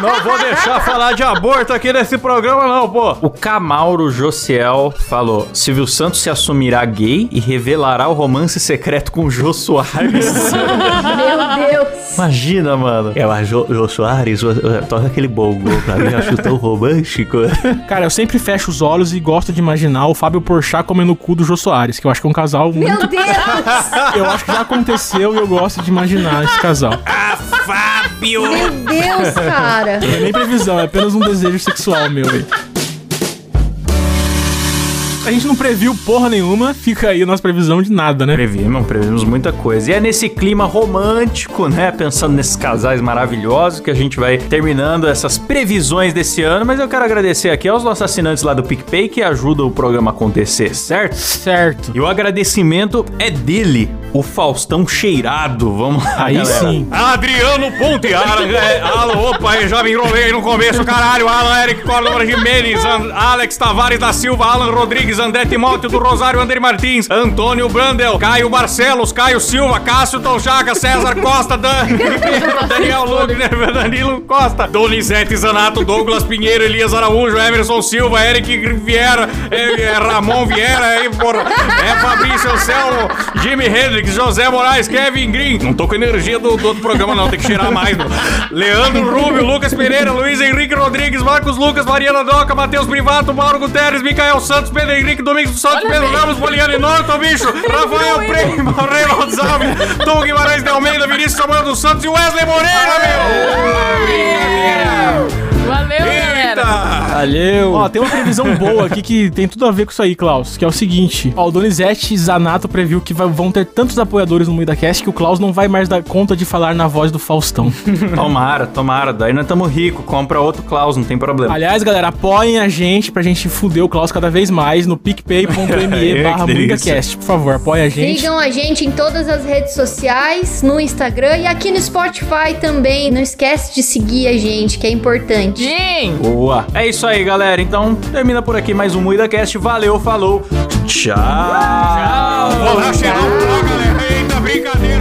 Speaker 1: Não vou deixar falar de aborto aqui nesse programa, não, pô. O Camauro Josiel falou: Silvio Santos se assumirá gay e revelará o romance secreto com Jô Soares.
Speaker 4: Meu Deus.
Speaker 1: Imagina, mano. É, mas Jô, Jô Soares eu- eu- toca aquele bongo pra mim, eu acho tão romântico.
Speaker 2: Cara, eu sempre fecho os olhos e gosto de imaginar o Fábio Porchat comendo o cu do Jô Soares, que eu acho que é um casal muito...
Speaker 4: Meu Deus.
Speaker 2: Eu acho que já aconteceu e eu gosto de imaginar esse casal.
Speaker 4: Meu Deus, cara.
Speaker 2: Não é nem previsão, é apenas um desejo sexual meu, velho. A gente não previu porra nenhuma, fica aí a nossa previsão de nada, né?
Speaker 1: Previmos, previmos muita coisa. E é nesse clima romântico, né? Pensando nesses casais maravilhosos que a gente vai terminando essas previsões desse ano. Mas eu quero agradecer aqui aos nossos assinantes lá do PicPay que ajudam o programa a acontecer, certo?
Speaker 2: Certo.
Speaker 1: E o agradecimento é dele, o Faustão Cheirado. Vamos lá,
Speaker 2: Aí
Speaker 1: galera.
Speaker 2: sim.
Speaker 1: Adriano Ponte. Alan, é, Alan, opa, eu já me enrolei aí no começo, caralho. Alan Eric Cordova Jimenez, An- Alex Tavares da Silva, Alan Rodrigues, André Timóteo do Rosário, André Martins, Antônio Brandel, Caio Barcelos, Caio Silva, Cássio Tonchaca, César Costa, Dan, Daniel Lugner, Danilo Costa, Donizete Zanato, Douglas Pinheiro, Elias Araújo, Emerson Silva, Eric Vieira, eh, eh, Ramon Vieira, aí, porra, é Fabrício Anselmo, Jimmy Hendrix, José Moraes, Kevin Green. Não tô com energia do, do outro programa, não, tem que cheirar mais. Meu. Leandro Rubio, Lucas Pereira, Luiz Henrique Rodrigues, Marcos Lucas, Mariana Doca, Matheus Privato, Mauro Guterres, Micael Santos, Pedro Henrique, Domingos dos Santos,
Speaker 3: Olha
Speaker 1: Pedro
Speaker 3: bem.
Speaker 1: Ramos, Poliano Norton, bicho, Rafael Primo, Reinaldo Alves, Tom Guimarães de Almeida, Vinícius Samuel dos Santos e Wesley Moreira, meu!
Speaker 3: Valeu, galera.
Speaker 1: Eita!
Speaker 5: Valeu.
Speaker 2: Ó, tem uma previsão boa aqui que tem tudo a ver com isso aí, Klaus, que é o seguinte. Ó, o Donizete Zanato previu que vai- vão ter tantos apoiadores no MuidaCast que o Klaus não vai mais dar conta de falar na voz do Faustão.
Speaker 1: Tomara, tomara, daí nós estamos ricos, compra outro Klaus, não tem problema.
Speaker 2: Aliás, galera, apoiem a gente pra gente fuder o Klaus cada vez mais no picpay.me
Speaker 1: É, que delícia.
Speaker 2: barra MuidaCast. Por favor, apoiem a gente.
Speaker 4: Sigam a gente em todas as redes sociais, no Instagram e aqui no Spotify também. Não esquece de seguir a gente, que é importante.
Speaker 3: Jim.
Speaker 1: Boa. É isso aí, galera. Então, termina por aqui mais um MuidaCast. Valeu, falou. Tchau. Tchau. Vou lá cheirar o pó, galera. Eita, brincadeira.